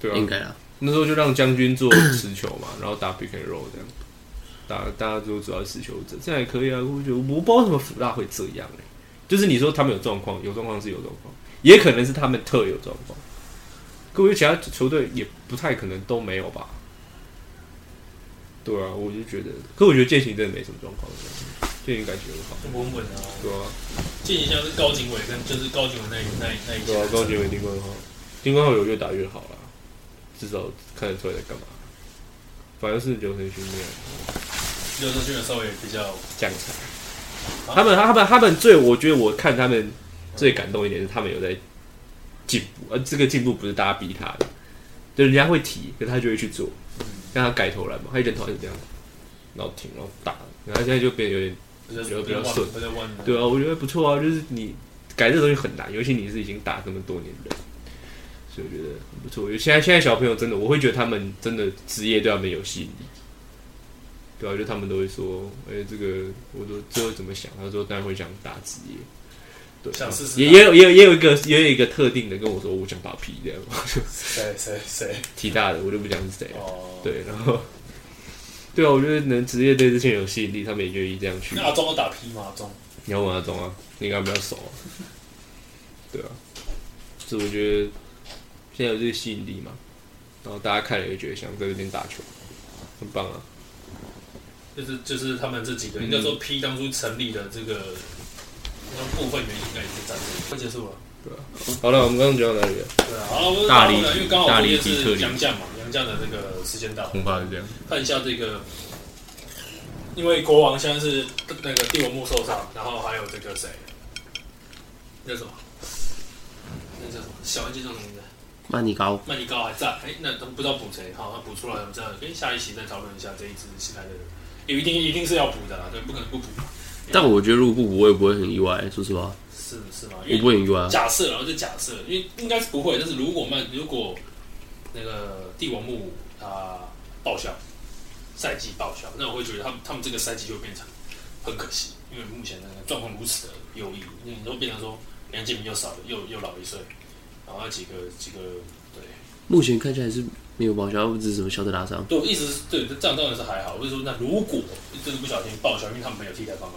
S2: 对
S3: 应该啦。
S2: 那时候就让将军做持球嘛，然后打 pick and roll 这样，打大家都主要持球者，这样也可以啊。我觉得我不知道为什么福大会这样、欸、就是你说他们有状况，有状况是有状况，也可能是他们特有状况。可我觉得其他球队也不太可能都没有吧。对啊，我就觉得，可我觉得践行真的没什么状况，这样践行感觉很好，
S1: 很稳稳的、啊。
S2: 对啊。
S1: 建议像是高景伟跟就是高景伟那一那一那一
S2: 对啊，
S1: 届，
S2: 高级为丁冠浩，丁冠浩有越打越好啦，至少看得出来在干嘛。反正是流程训练
S1: 刘德俊的稍微比较
S2: 讲才，他们他们他们最，我觉得我看他们最感动一点是他们有在进步，而呃这个进步不是大家逼他的，就人家会提，可是他就会去做，让他改投篮嘛，他一人投篮是这样，然后停，然后打，然后他现在就变得有点
S1: 比较
S2: 比较顺
S1: 比较稳。
S2: 对啊，我觉得不错啊，就是你改这个东西很难，尤其你是已经打这么多年的人，所以我觉得很不错。我觉得现在现在小朋友真的，我会觉得他们真的职业对他们有吸引力。对啊，就他们都会说，哎、这个我都最后怎么想？他说当然会想打职业。对，啊
S1: 想试试
S2: 也也有也有也有一个也有一个特定的跟我说，我想打 P 这样，
S1: 谁谁谁
S2: 体大的我就不讲是谁了。
S1: 哦，
S2: 对，然后对啊，我觉得能职业对这些人有吸引力，他们也愿意这样去。
S1: 那阿忠有打 P 吗？阿忠
S2: 你要问阿忠啊，你应该比较熟啊。对啊，所以我觉得现在有这个吸引力嘛，然后大家看了也觉得想在这边打球，很棒啊。
S1: 就是就是他们这几个，
S2: 嗯
S1: 应该说 P 当初成立的这个那部分原因，应该也是在这里。快结束了，
S2: 好了，我们刚刚讲到哪里了？
S1: 对啊，好了，我
S2: 大理
S1: 因为刚好
S2: 大
S1: 昨
S2: 理
S1: 天
S2: 比特嗯
S1: 是
S2: 利
S1: 杨绛嘛，杨绛的那个时间到了，
S2: 恐怕是这样。
S1: 看一下这个，因为国王现在是那个帝王木受伤，然后还有这个谁，那什么，那叫什么？小安叫什么名字？
S3: 曼尼高，
S1: 曼尼高还在，哎、那他们不知道补谁，好，他补出来，我们这样跟下一期再讨论一下这一支新来的人，也一定一定是要补的啦，对，不可能不补，
S3: 但我觉得如果不补，我也不会很意外，说实话，
S1: 是是吗？
S3: 我
S1: 因
S3: 不
S1: 为
S3: 会很意外啊。
S1: 假设，然后就假设，因为应该是不会，但是如果曼如果那个帝王木他报销，赛季报销，那我会觉得他们他们这个赛季就变成很可惜，因为目前那个状况如此的优异，你都变成说梁建明又少了，又又老一岁，然后几个几个对。
S3: 目前看起来是没有报销，不知什么小的拉伤。
S1: 对，我一直是对这样当然是还好。我是说，那如果真的不小心报销，因为他们没有替代方案，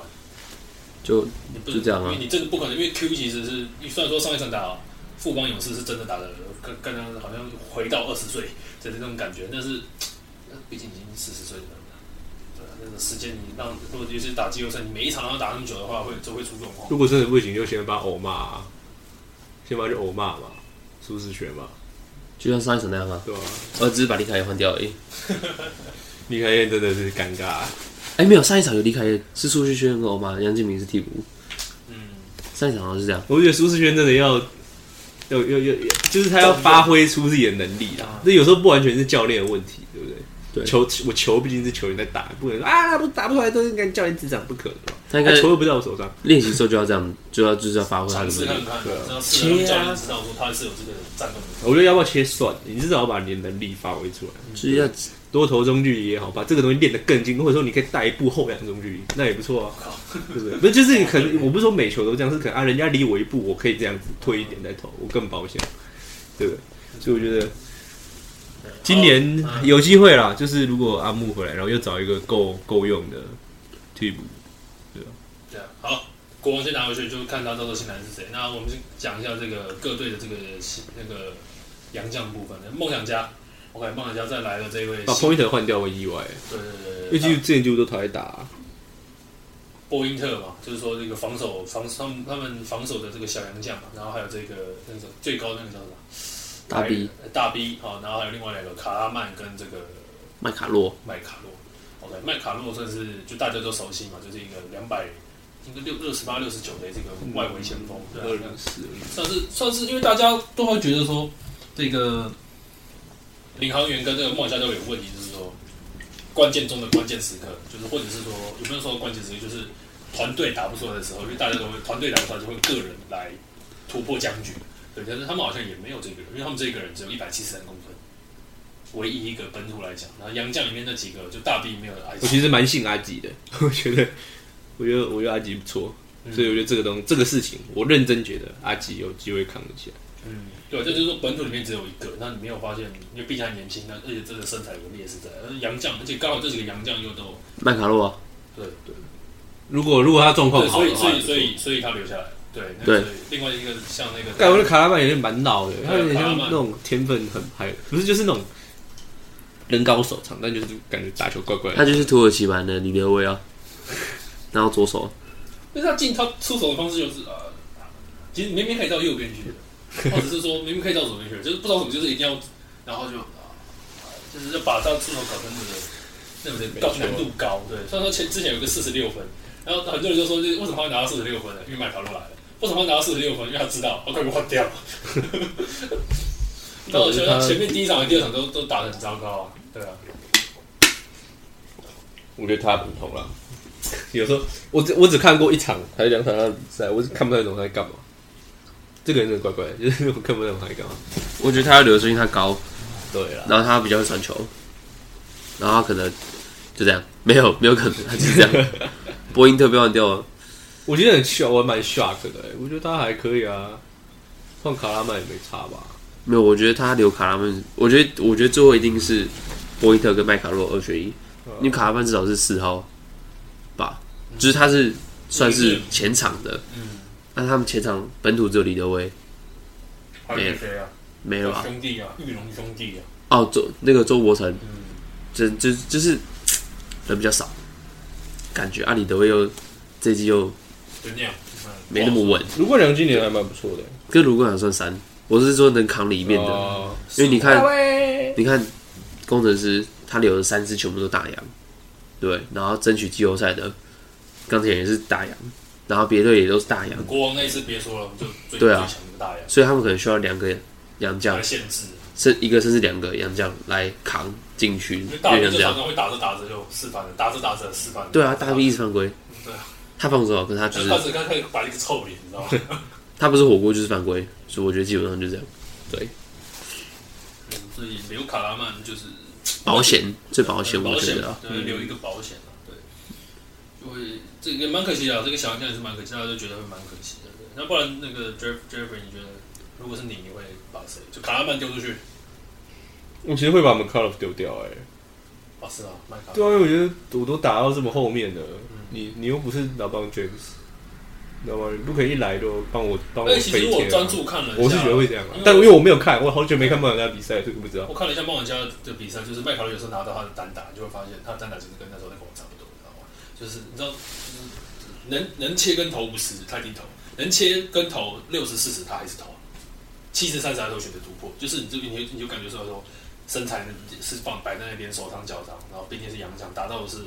S3: 就
S1: 你不能
S3: 就这样啊
S1: 因为你这个不可能，因为 Q 其实是你虽然说上一场打富邦勇士是真的打的，刚刚刚好像回到二十岁的那种感觉，但是呃毕竟已经四十岁了。对啊那个时间你让，如果就是打季后赛，你每一场要打那么久的话，会就会出状况。
S2: 如果真的不行，就先把偶骂、啊，先把就偶骂嘛，舒适圈嘛，
S3: 就像上一场那样啊，
S2: 对吧、啊？
S3: 我只是把李凯也换掉而已。
S2: 李凯燕真的是尴尬、啊，
S3: 哎、没有，上一场有李凯也是苏旭轩跟欧巴，杨敬明是替补。
S1: 嗯，
S3: 上一场好像是这样，
S2: 我觉得舒适圈真的要。要要要，要就是他要发挥出自己的能力啦。那有时候不完全是教练的问题，对不对？
S3: 啊对，
S2: 球我球毕竟是球员在打，不可能说啊不打不出来都是跟教练指掌，不可能嘛。
S3: 他应
S2: 那
S3: 该
S2: 球又不在我手上，
S3: 练习之后就要这样，就要就是要发挥他
S1: 尝
S3: 的
S1: 试看
S3: 能力。
S1: 看，
S2: 对啊
S1: 只要试了让教练知道说他是有这个战斗力。
S2: 我觉得要不要切算？你至少要把你的能力发挥出来，
S3: 就是要
S2: 多投中距离也好，把这个东西练得更精，或者说你可以带一步后仰中距离，那也不错啊，
S1: 靠，
S2: 对不对？不是就是你可能我不是说每球都这样，是可能啊人家离我一步，我可以这样子退一点再投，我更保险，对不对？所以我觉得今年
S1: 好嗯
S2: 有机会啦，就是如果阿木回来，然后又找一个够够用的替补，
S1: 对啊，好，国王先拿回去，就看他到时候新来是谁。那我们先讲一下这个各队的这个新那个洋将部分。梦想家，OK，梦想家再来了这一位
S2: 把
S1: 哎新，
S2: Pointer 换掉我意外，
S1: 对啊对对
S2: 因
S1: 对
S2: 为就
S1: 对，
S2: 之前几乎都讨厌打啊、
S1: 波音特嘛，就是说这个防守防他们他们防守的这个小洋将嘛，然后还有这个那个最高那个叫什么
S3: 大 B
S1: 白大 B 好、然后还有另外两个卡拉曼跟这个
S3: 麦卡洛，
S1: 麦卡洛。OK，麦卡洛算是就大家都熟悉嘛，就是一个两百应该六六十八六十九的这个外围前锋，对、啊，
S2: 二零四，
S1: 算是算是，因为大家都会觉得说，这个领航员跟这个梦想家都有问题，就是说关键中的关键时刻，就是或者是说有没有说关键时刻，就是团队打不出来的时候，因为大家都会团队打不出来就会个人来突破僵局，对，但是他们好像也没有这个人，因为他们这个人只有一百七十三公分。唯一一个本土来讲，然后洋将里面那几个就大 B 没有啊
S2: 我
S1: IC，
S2: 其实蛮信阿吉的，我觉得，我觉得，嗯
S1: 嗯
S2: 我觉得阿吉不错，所以我觉得这个东这个事情，我认真觉得阿吉有机会扛得起来。
S1: 嗯，对，这就是说本土里面只有一个，那你没有发现，因为毕竟还年轻，那而且真的身材有劣势在，而洋将，而且刚好这几个洋将又都
S3: 麦卡洛啊，
S1: 对对
S2: 如果如果他状况
S1: 对，
S2: 好
S1: 所
S2: 的
S1: 以
S2: 话
S1: 所，以所以所以他留下来，对那
S3: 对
S1: 所以另外一个像那个，
S2: 盖我的卡拉曼有点蛮老的，他有点
S1: 卡拉
S2: 像
S1: 曼
S2: 那种天分很嗨，不是就是那种人高手长，但就是感觉打球怪怪
S3: 他
S2: 的。
S3: 就是土耳其版的里德 [LAUGHS] 维啊，然后左手，
S1: 但是他进他出手的方式就是呃，其实明明可以到右边去的，
S3: [LAUGHS]
S1: 或者是说明明可以到左边去的，就是不知道怎么就是一定要，然后就、呃就是要把他出手搞成那么的那么的高
S2: 没错
S1: 难度高，对。虽然说前之前有个四十六分，然后很多人就说就是为什么他会拿到四十六分呢？因为麦卡洛来了。为什么会拿到四十六分？因为他知道哦我快被换
S3: [LAUGHS]
S1: 掉了。那我觉得前面第一场和第二场都都打得很糟糕啊，对啊。
S2: 我觉得他普通了，有时候我只我只看过一场还是两场他的比赛，我是看不太懂他在干嘛。这个人真的怪怪的，就是我看不太懂他在干嘛。
S3: 我觉得他要留，是因为他高，
S2: 对啦，
S3: 然后他比较会传球，然后他可能就这样，没有没有可能，他就是这样。波音特被换掉了，
S2: [LAUGHS] 我觉得很 shock，我还蛮 shock 的、欸，我觉得他还可以啊，换卡拉曼也没差吧。
S3: 没有，我觉得他留卡拉曼，我觉得我觉得最后一定是波音特跟麦卡洛二选一，
S1: 啊
S3: 因为卡拉曼至少是四号吧，就是他是算是前场的，
S1: 嗯，
S3: 那他们前场本土只有李德威，
S1: 还有谁啊？
S3: 没有啊？
S1: 兄弟啊，玉龙兄弟啊，
S3: 哦，周那个周伯成，
S1: 嗯。
S3: 这就就是人比较少，感觉阿里德威又这一季又
S1: 就那样，嗯
S3: 没那么稳，
S2: 如果梁今年还蛮不错的、
S3: 跟卢冠良算三，我是说能扛里面的，
S2: 哦
S3: 因为你看
S2: 喂
S3: 你看工程师他留的三支全部都打洋，对，然后争取季后赛的钢铁人也是打洋，然后别队也都是打洋，
S1: 国王那一次别说了，就最
S3: 对啊
S1: 最强的大洋，
S3: 所以他们可能需要两个洋
S1: 把
S3: 将
S1: 它，限制，
S3: 甚一个甚至两个洋将来扛禁区，
S1: 因为
S3: 就
S1: 大兵
S3: 像
S1: 就
S3: 这
S1: 常
S3: 样。
S1: 常会打着打着就示范了，打着打着示范了。
S3: 对啊，大 B 一直犯规，
S1: 对啊，
S3: 他防守好，可是他就
S1: 就是是开始刚开始摆了一个臭脸，你知道吗？
S3: 他不是火锅就是犯规，所以我觉得基本上就这样，
S1: 嗯 [LAUGHS] 所以留卡拉曼就是呃
S3: 保险最保险，
S1: 保
S3: 我觉
S1: 险
S3: 得
S1: 嘛
S3: 啊，，
S1: 对，留一个保险嘛，对。就会这个蛮可惜的啊，这个小将也是蛮可惜，大家都觉得会蛮可惜的。对那不然那个 Jeff Jeffrey，你觉得如果是你，你会把谁？就卡拉曼丢出去？
S2: 我其实会把 McCullough 丢掉、欸，哎，
S1: 啊，是啊，麦卡。
S2: 对啊，因为我觉得我都打到这么后面了，
S3: 嗯
S2: 你你又不是老帮 James，你知道吗？你不可以一来就帮我帮我
S1: 哎，其
S2: 飞
S1: 实我
S2: 天、
S1: 专
S2: 啊。
S1: 注看了一下，
S2: 我是觉得会这样啊
S3: 嗯
S1: 因为，
S2: 但因为我没有看，我好久没看曼联比赛，所以我不知道。
S1: 我看了一下梦想家的比赛，就是麦卡伦有时候拿到他的单打，你就会发现他的单打其实跟那时候那个我差不多，你知道吗？啊就是你知道，就是能能切跟投五十，他一定投；能切跟投六十、四十，他还是投；啊七十、三十，他都选择突破。就是你就你就你就感觉说说身材是放摆在那边，手长脚长，然后毕竟是洋将，打到的是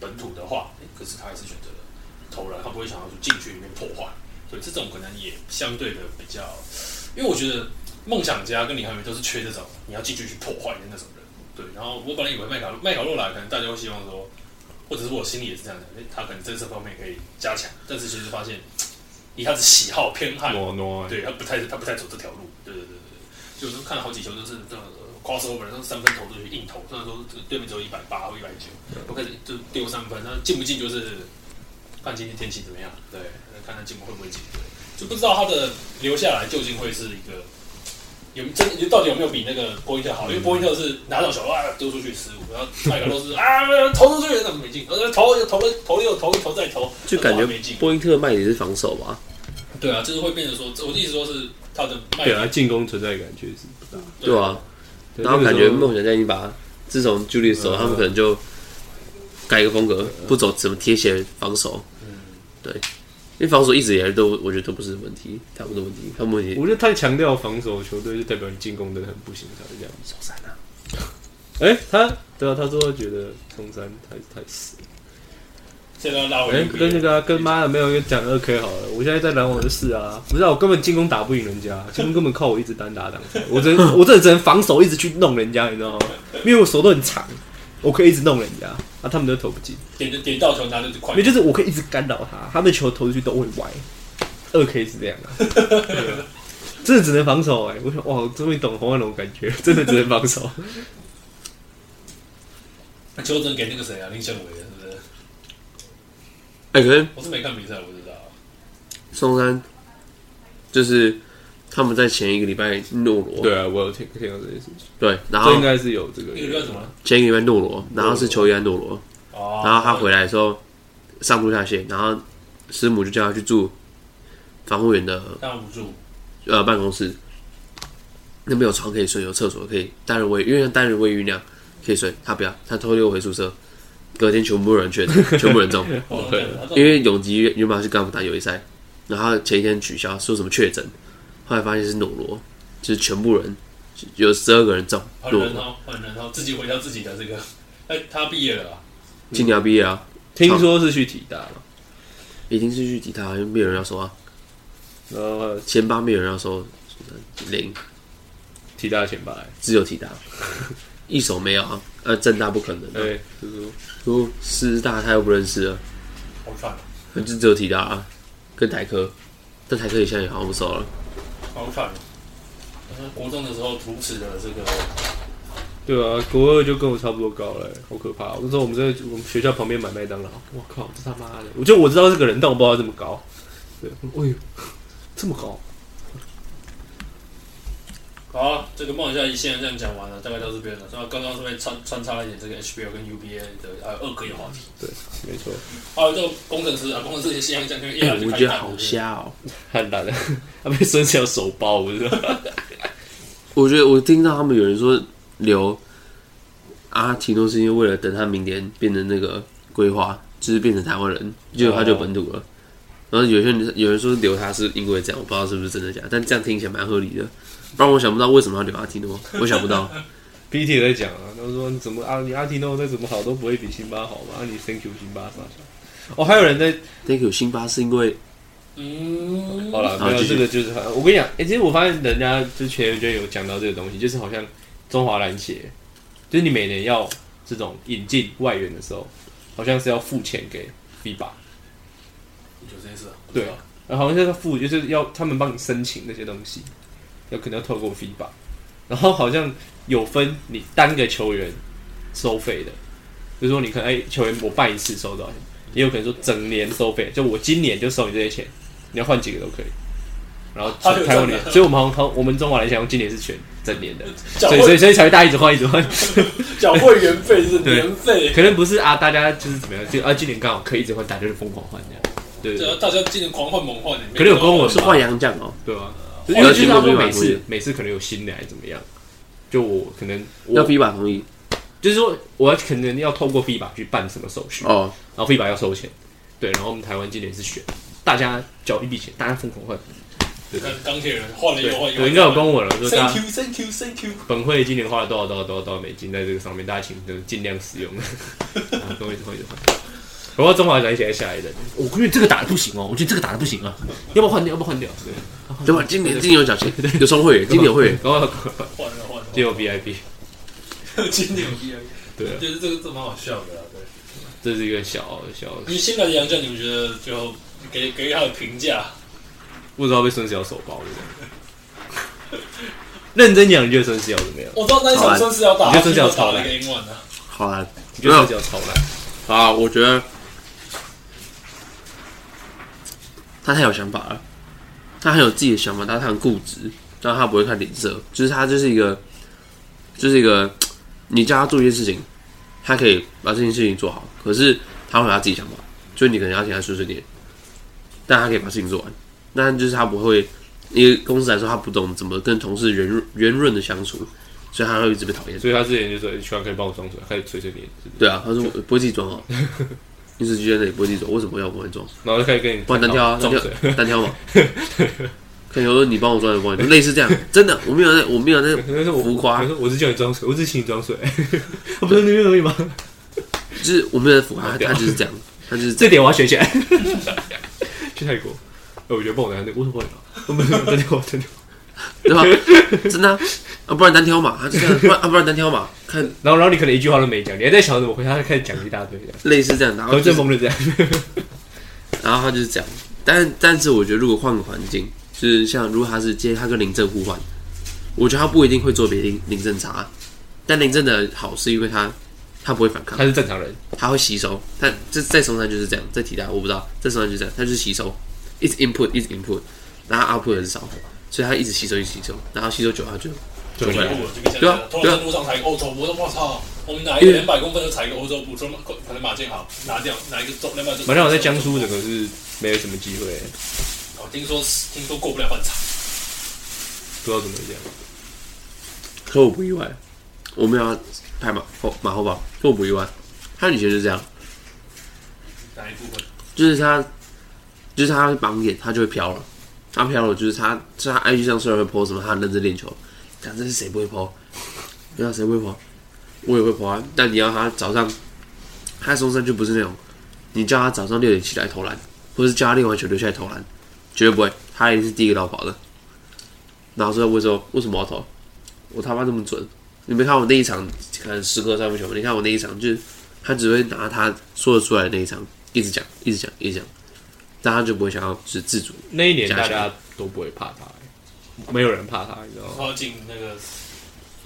S1: 本土的话，诶可是他还是选择了投篮，他不会想要去禁区里面破坏。所以这种可能也相对的比较，因为我觉得梦想家跟李航员都是缺这种你要进去去破坏的那种人。对，然后我本来以为麦卡洛麦卡洛来，可能大家会希望说，或者是我心里也是这样想，诶他可能在这方面可以加强，但是其实发现以他的喜好偏
S3: 嗯
S1: 好，
S2: 挪挪，
S1: 对他不太他不太走这条路，对对对对，就是看了好几球都是呃这种 crossover，都是三分投出去硬投，虽然说这个对面只有一百八或一百九，我开始就丢三分，那进不进就是看今天天气怎么样，对，看他进攻会不会进，对，就不知道他的留下来究竟会是一个有真就到底有没有比那个波音特
S3: 嗯
S1: 好，因为波音特是拿到球啊丢出去失误，然后麦克都是啊投出去怎么没进，呃投投了投了又投一投再投，
S3: 就感觉
S1: 没进，
S3: 波音特卖点是防守吧，
S1: 对啊，就是会变成说，我的意思说是他的麦
S2: 对啊，进攻存在感确实不大。
S3: 对吧、
S1: 啊
S3: 然后感觉梦想家已经把自从 Julius 走，
S2: 嗯
S3: 他们可能就改一个风格，不走怎么贴鞋防守。
S2: 嗯
S3: 对，因为防守一直以来都我觉得都不是问题，他们的问题，他们问题
S2: 我觉得太强调防守，球队就代表你进攻的很不行，才会这样。
S3: 小三啊，
S2: 哎、他对啊，他说他觉得中山太太死。
S1: 现在要拉回
S2: 哎、
S1: NBA
S2: 跟那个啊、跟妈的没有一个讲二 K 好了，我现在在篮网的事啊，不是啊，我根本进攻打不赢人家，进攻根本靠我一直单打挡拆，我只能我这只能防守一直去弄人家，你知道吗？因为我手都很长，我可以一直弄人家，啊，他们都投不进。
S1: 点就点到球，他就是快
S2: 没，，就是我可以一直干扰他，他们球投出去都会歪。二 K 是这样啊，对啊真的只能防守哎、我想哇，我终于懂黄万龙感觉，真的只能防守。
S1: 球整给那个谁啊，林宪伟啊，是不是？
S3: 哎、可是
S1: 我是没看比赛，我不知道。
S3: 松山就是他们在前一个礼拜诺罗，
S2: 对啊，我有听听到这件事情，
S3: 对，
S2: 这
S3: 然后
S2: 应该是有这个
S1: 那个叫什么？
S3: 前一个礼拜诺罗，然后是球员诺罗，
S1: 哦，
S3: 然后他回来的时候上吐下泻，然后师母就叫他去住防护员的
S1: 当不住，
S3: 呃办公室，那边有床可以睡，有厕所可以单人卫，因为单人卫浴那样可以睡，他不要，他偷溜回宿舍，隔天全部人确诊，全部人中，
S1: 哦
S2: 对
S1: 那
S3: 因为永吉原本要去干部打友谊赛，然后他前一天取消，说什么确诊，后来发现是诺罗，就是全部人有十二个人中
S1: 很
S3: 诺
S1: 人
S3: 罗，
S1: 哦，很人哦，自己回到自己的这个，哎，他毕业了啊，
S3: 今年要毕业啊，
S2: 听说是去体大了，
S3: 一定是去吉他，因为没有人要收啊，
S2: 然后
S3: 前八没有人要收，零
S2: 体大前八来，
S3: 只有提大，一手没有啊，呃，正大不可能、啊，
S2: 对，就是说
S3: 如师大他又不认识啊了。
S1: 好惨啊，
S3: 就只有提到啊，跟台科，但台科也现在也好像不熟了。
S1: 好惨啊。呃国中的时候，图耻的这个，
S2: 对啊，国二就跟我差不多高了、好可怕、那时候我们在我们学校旁边买麦当劳，我靠，这他妈的！我就我知道这个人，但我不知道他这么高。对，哎呦，这么高，
S1: 好啊，这个梦一下一现在这样讲完了，大概到这边了。然后刚刚顺便穿穿插了一点这个 HBO 跟 UBA 的还有二哥的话题，
S2: 没错，
S1: 还有这个工程师啊，工程师也现在这样跟一
S3: 哎、
S1: 样就
S3: 我
S1: 开
S3: 觉得
S1: 干了
S3: 好。瞎哦、
S2: 很难的， [LAUGHS] 他被孙晓手包，我 [LAUGHS] 知道。
S3: 我觉得我听到他们有人说留阿提诺是因为为了等他明年变成那个规划，就是变成台湾人，结果他就本土了。然后有些人有人说留他是因为这样，我不知道是不是真的假的，但这样听起来蛮合理的。不然我想不到为什么要留阿提诺，我想不 [LAUGHS] 到。
S2: BT 也在讲啊，他说你怎么阿你阿提诺再怎么好都不会比辛巴好嘛，啊你 Thank you 辛巴啥啥。哦，还有人在
S3: Thank you，辛巴是因为
S1: 嗯，
S2: 好了，
S3: 好
S2: 没有
S3: 继续
S2: 这个就是很，我跟你讲，哎、其实我发现人家之前我觉得有讲到这个东西，就是好像中华篮协，就是你每年要这种引进外援的时候，好像是要付钱给 FIBA，
S1: 有这件事啊，
S2: 对啊，然后好像是要付，就是要他们帮你申请那些东西，要可能要透过 FIBA，然后好像有分你单个球员收费的，比如说你可能哎、球员我办一次收多少钱，也有可能说整年收费，就我今年就收你这些钱，你要换几个都可以。然后
S1: 他有
S2: 台湾
S1: 这
S2: 年
S1: 样，的
S2: 所以我们好像我们中华篮协好像今年是全整年的，
S1: 缴
S2: 所以所
S1: 会
S2: 以所以才会大家一直换一直
S1: [LAUGHS]
S2: 换，
S1: 缴会员费是
S2: 对
S1: 年费，
S2: 可能不是啊，大家就是怎么样，就啊今年刚好可以一直换，大家就疯狂换这样，对
S1: 对
S2: 对
S1: 啊，大家今年狂换猛换，
S2: 可能有公文
S3: 是换洋将哦、
S2: 对啊，
S1: 哦
S2: 因为就是
S3: 新
S2: 他
S3: 闻
S2: 们
S3: 没
S2: 每
S3: 买过
S2: 次
S3: 耶
S2: 每次可能有新的还是怎么样，就我可能
S3: 要
S2: 我
S3: FIBA 同意
S2: 就是说我要可能要透过 FIBA 去办什么手续，
S3: 哦，
S2: 然后 FIBA 要收钱，对，然后我们台湾今年是选大家缴一笔钱，大家疯狂换，对
S1: 看钢铁人换了
S2: 对
S1: 又换，，
S2: 我应该有公文了，说大
S1: Thank
S2: 家
S1: you, thank you, thank you。
S2: 本会今年花了多少多少多少多少美金在这个上面，大家请就是尽量使用，然后跟我一直换一直换。我要中华篮协下一任，我觉得这个打的不行哦，我觉得这个打的不行啊，要不要换掉？要不要换掉？对，
S3: 对吧？今年今年有奖金，有双 [LAUGHS] 会员，今年有会员。
S2: 然后
S1: 换了换了，
S2: 只有 VIP，
S1: 今年有 B I，
S2: 对啊，
S1: 就是这个这蛮好笑的啦。啊对，
S2: 这是一个小小
S1: 你新来的杨将，你们觉得最后给给予他的评价？
S2: 不知道被孙思尧手包的人。 [LAUGHS] 认真讲，你觉得孙思尧怎么样？
S1: 我知道那一场孙思尧打，
S2: 你觉得孙思尧
S1: 打
S2: 超
S1: 了
S2: 烂
S1: 一个 N one 啊，
S3: 好啦，
S2: 你觉得孙思尧超烂？
S3: 啊，我觉得他太有想法了，他很有自己的想法，但他很固执，但他不会看脸色，就是他就是一个，就是一个，你叫他做一件事情，他可以把这件事情做好，可是他会有他自己想法，就你可能要请他碎碎念，但他可以把事情做完，那就是他不会，因为公司来说，他不懂怎么跟同事圆润圆润的相处，所以他会一直被讨厌。
S2: 所以他之前就说：“希望可以帮我装出来，开始捶捶脸，是不是
S3: 对啊，他说我不会自
S2: [LAUGHS]
S3: 己装哦，一直就在那里不会自己装，为什么要我帮你装？
S2: 然后就开始跟你
S3: 不然单挑啊，单
S2: 装
S3: 挑
S2: 水。[LAUGHS]
S3: 单挑嘛。可以说你帮我装，我帮你装，类似这样，真的，我没有在，我没
S2: [LAUGHS]
S3: 有在
S2: 可是我
S3: 浮夸
S2: 可，是我是叫你装水，我只是请你装水， [LAUGHS] 哦不是那边而已吗？
S3: 就是我没有在浮夸，他就是这样，他就是这
S2: [LAUGHS] 这点我要学 [LAUGHS] 起来。去泰国，哎，我觉得帮我拿那个，我说 [LAUGHS] 帮你拿，我没有哦真的我真的。
S3: 样，对吧？真的啊，啊不然单挑嘛，他就这样，不然啊不然单挑嘛，看
S2: 然后然后你可能一句话都没讲，你还在想怎么回，他就开始讲一大堆这样。
S3: 类似这样，然后
S2: 何
S3: 就
S2: 振
S3: 是
S2: 峰哦就这样，
S3: 然后他就是这样，但但是我觉得如果换个环境，就是像如果他是接他跟林正互换，我觉得他不一定会做比林林正差，啊但林正的好是因为他他不会反抗
S2: 他。是正常人，
S3: 它会吸收。它这在手上就是这样，在体态我不知道，在手上就是这样，它就是吸收，一直 input 一直 input，然后 output 很少，所以他一直吸收，一直吸收，然后吸收久了他就
S2: 就
S3: 回
S1: 一
S3: 来
S1: 步了
S3: 了。
S1: 就跟现
S3: 对
S1: 在
S3: 啊
S1: 同
S3: 对啊
S1: 样在路上踩一个欧洲步，我说我操，我们哪一个
S3: 因为
S1: 两百公分的踩一个欧洲步，说马可能马健好拿掉，哪一个中两百？
S2: 马上我在江苏整个是没有什么机会，
S1: 哦，听说听说过不了半场，
S2: 不知道怎么讲。
S3: 可我不意外，我没有要拍马后马后炮，可我不意外。他以前就这样，
S1: 哪一部分？
S3: 就是他，就是他盲点，他就会飘了。他飘了，就是他，是他 IG 上虽然会 po 什么，他很认真练球，但这是谁不会 po？你知道谁会 po？我也会 po 啊。但你要他早上，他松山就不是那种，你叫他早上六点起来投篮，或是叫他练完球留下来投篮，绝对不会。他一定是第一个到跑的。然后之后问说为什么我要投？我他妈那么准！你没看我那一场，可能十颗三分球吗，你看我那一场，就是他只会拿他说得出来的那一场一直讲，一直讲，一直讲，但他就不会想要就是自主。
S2: 那一年大家都不会怕他、欸没有人怕他，你知道吗？
S1: 靠近那个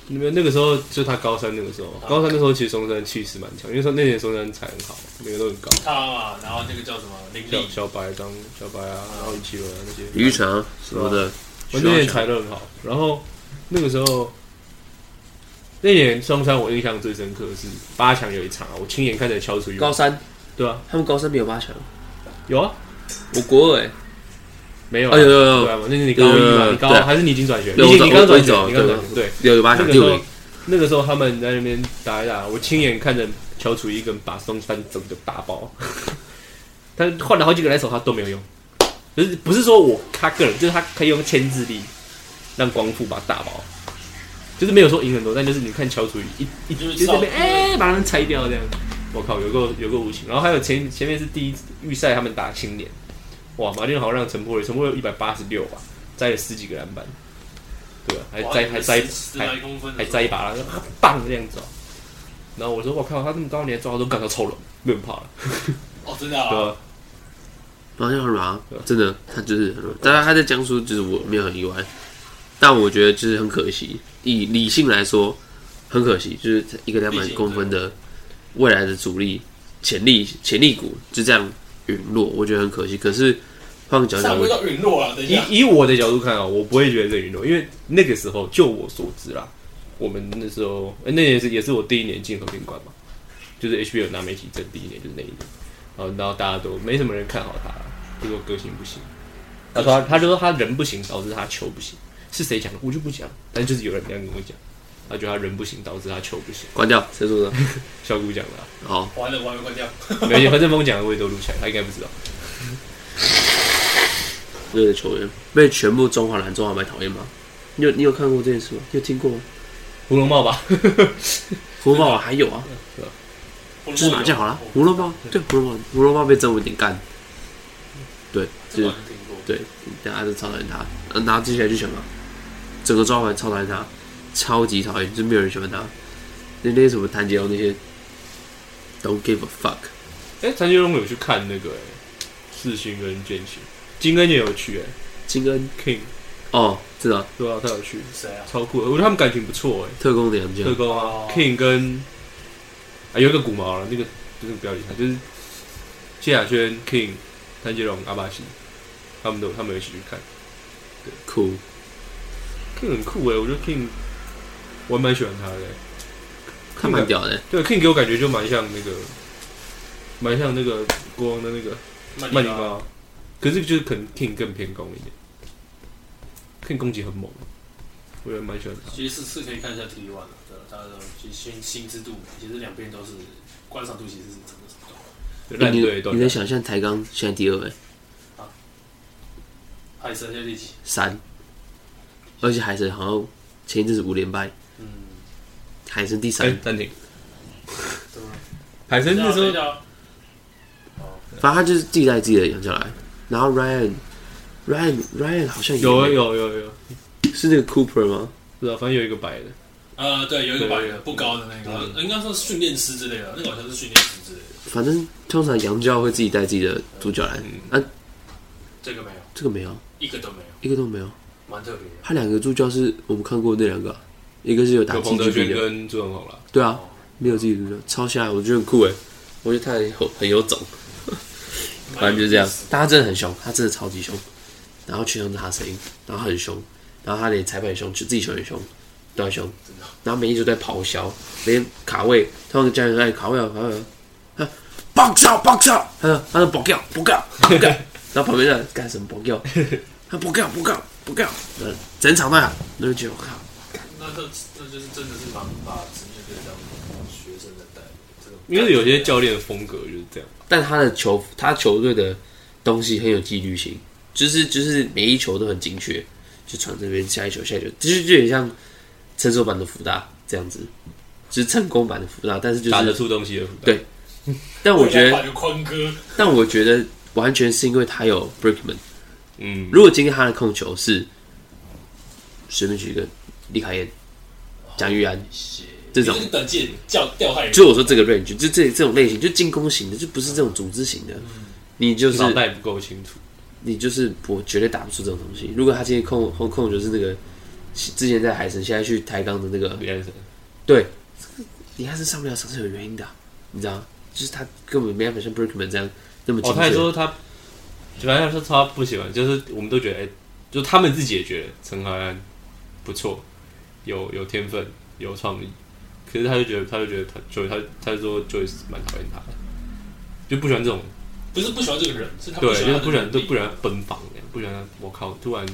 S2: 你们那个时候就他高三那个时候，高三那时候其实松山气势蛮强，因为说那年松山才很好，每个都很高，
S1: 他嘛，啊然后那个叫什么林
S2: 小
S1: 立，
S2: 小白张小白啊，然后李奇文啊那些，
S3: 李玉成啊什么的，
S2: 我
S3: 徐
S2: 那
S3: 浩
S2: 年
S3: 强
S2: 踩得很好，然后那个时候，那年双山我印象最深刻的是八强有一场啊，我亲眼看着敲出一个
S3: 高，三，
S2: 对啊，
S3: 他们高三没有八强，
S2: 有啊，
S3: 我国二哎、
S2: 没有啊，
S3: 啊有有有
S2: 对啊，那是你高一嘛，
S3: 有
S2: 你高
S3: 对
S2: 二
S3: 啊
S2: 还是你已经转学？
S3: 对
S2: 你已经
S3: 我
S2: 你刚
S3: 我
S2: 转
S3: 我
S2: 学，
S3: 走
S2: 你刚
S3: 对
S2: 转学，对，
S3: 有有八
S2: 那
S3: 强欸
S2: 个
S3: 第
S2: 时
S3: 五
S2: 候
S3: 名，
S2: 那个时候他们在那边打一打，我亲眼看着乔楚一跟把松山整个打爆， [LAUGHS] 他换了好几个来手，他都没有用，就是不是说我他个人，就是他可以用牵制力让光复把他打爆，就是没有说赢很多，但就是你看乔楚一一
S1: 就是
S2: 就是
S1: 照
S2: 被哎、把他们拆掉这样，我靠，有个有个无情，然后还有前前面是第一预赛他们打青年，哇，马俊豪让陈柏伟，陈柏伟一百八十六吧，摘了十几个篮板。对吧？还
S1: 哇
S2: 摘还摘
S1: 十十
S2: 还
S1: 来公分的
S2: 还摘一把，然后啊棒这样子哦、然后我说我靠，他这么高，你还抓我都感到抽了，没有人怕了，
S1: 哦，真的
S2: 对
S1: 啊，
S2: 吧？
S3: 然后就很软
S2: 对啊，
S3: 真的，他就是很软。当然他在江苏，就是我没有很意外，但我觉得就是很可惜。以理性来说，很可惜，就是一个两百公分的未来的主力潜力潜力股就这样陨落，我觉得很可惜。可是换个角度
S1: 上
S3: 讲，
S1: 回
S3: 我
S1: 到陨落了，等一
S2: 以
S1: 下，
S2: 以我的角度看啊、我不会觉得这运动，因为那个时候就我所知啦，我们那时候、呃那也是也是我第一年进和平馆嘛，就是 HBO 拿媒体证第一年就是那一年，然后然后大家都没什么人看好他啦，就说个性不行，他说他他就说他人不行，导致他球不行，是谁讲的我就不讲，但就是有人这样跟我讲，他觉得他人不行，导致他球不行，
S3: 关掉，谁说的？哦
S2: 小姑讲的啊、
S3: 好，
S1: 完了，我还没关掉，
S2: 没有，反正风讲的我也都录起来，他应该不知道。
S3: 那个球员被全部中华男中华白讨厌吗？你有你有看过这件事吗？你有听过吗？
S2: 胡龙茂吧，
S3: 胡萝卜还有啊，就是麻将好了，啊胡萝卜对胡萝卜，胡萝卜被郑文鼎干，对，
S1: 这个
S3: 就
S1: 好
S3: 是
S1: 像听过，
S3: 对，大家都超讨厌他，然后接下来就想啊，整个抓完超讨厌他，超级讨厌，就是没有人喜欢他。那那些什么谭杰龙那些，don't give a fuck，
S2: [LAUGHS] 哎、欸，陈杰荣有去看那个、欸、世勋跟剑行，金恩也有去哎、
S3: 金恩
S2: King
S3: 哦，知道
S2: 对啊，他有去，
S1: 谁啊？
S2: 超酷的，我觉得他们感情不错哎、
S3: 特工的杨
S2: 欸，特
S3: 将，
S2: 工啊、
S1: 哦
S2: King 跟啊有一个古毛了，那个就是不要理他，就是谢亚轩、King、谭杰荣、阿巴西，他们都他们有一起去看
S3: 酷，
S2: ，King 很酷哎、我觉得 King 我还蛮喜欢他的、欸，
S3: 他蛮屌的，
S2: 对 King 给我感觉就蛮像那个，蛮像那个国王的那个。曼
S1: 曼
S2: 尼
S1: 尼巴，
S2: 巴，可是就是可能 King 更偏攻一点，King 攻击很猛，我也蛮喜欢他。
S1: 其实是是可以看一下 T1 的，啊对他的其实心心知肚明，其实两边都是观赏度其实是真的是高，
S2: 就烂
S3: 欸你
S2: 队都
S3: 你能想象台钢现在第二哎，
S1: 海神在第几？
S3: 三，而且海神好像前一阵子五连败，
S1: 嗯，
S3: 海神第
S2: 哎
S3: 三，
S2: 暂停。
S1: 对啊吧？
S2: 海神那时候
S1: 哎候，
S3: 反正他就是自己带自己的杨将来，然后 Ryan。Ryan Ryan 好像也
S2: 有啊有有有，
S3: 是那个 Cooper 吗？
S2: 不知道，反正有一个白的，
S1: 呃，对，有一个白
S2: 对
S1: 的不高的那个，呃应该算是训练师之类的，那个好像是训练师之类的，
S3: 反正通常洋教会自己带自己的主角来，
S2: 嗯
S3: 啊，
S1: 这个没有，
S3: 这个没有，
S1: 一个都没有，
S3: 一个都没有。
S1: 蛮特别的。
S3: 他两个助教是我们看过那两个啊，一个是有打
S2: 有
S3: 竞
S2: 彭
S3: 技
S2: 德
S3: 力
S2: 轩
S3: 的，
S2: 跟朱文宏啦。
S3: 对啊，没有自己助教，超瞎，我觉得很酷哎，我觉得他很有很有种，反正就是这样。但他真的很凶，他真的超级凶，然后全场都是他声音，然后很凶，然后他连裁判也凶，就自己球员也凶，都很凶
S1: 真的，
S3: 然后每一球都在咆哮，连卡位，他们教练说：“哎，卡位啊，卡位啊！”他 box out box out，他啊说：“他说 box out box out box out。”然后旁边人干什么 box out？他 box out box out box out，呃整场在喊，那就觉得我靠，
S1: 那这那就是真的是把把职业队当学生在带，这个
S2: 因为有些教练的风格就是这样。
S3: 但他的球，他球队的东西很有纪律性，就是就是每一球都很精确，就传这边下一球下一球，就是就有点像成熟版的福大这样子，就是成功版的福大，但是就
S2: 打得
S3: 是，
S2: 出东西的福大
S3: 对但我觉得，
S1: 把就宽哥
S3: 但我觉得完全是因为他有 Brickman。
S2: 嗯，
S3: 如果今天他的控球是随便举一个李凯燕、蒋玉安
S1: 写
S3: 这种
S1: 你，是等级叫掉害人，
S3: 就是我说这个 range，就这这种类型，就进攻型的，就不是这种组织型的，你就是
S2: 脑袋不够清楚，
S3: 你就是我绝对打不出这种东西。如果他今天控控控就是那个之前在海神，现在去抬杠的那个
S2: 李安生
S3: 李汉是上不了场是有原因的啊、你知道吗？就是他根本没办法像 Brickman 这样那么精
S2: 哦，
S3: 确。
S2: 他还说他，反正他说他不喜欢，就是我们都觉得，哎、就他们自己也觉得陈海安不错，有有天分，有创意，可是他就觉得，他就觉得他 Joy，他他就说 Joy 蛮讨厌他的，就不喜欢这种，
S1: 不是不喜欢这个人，是他
S2: 对，
S1: 喜
S2: 就是
S1: 欢
S2: 不喜
S1: 喜
S2: 欢，都不喜欢奔放的，不喜欢他我靠，突然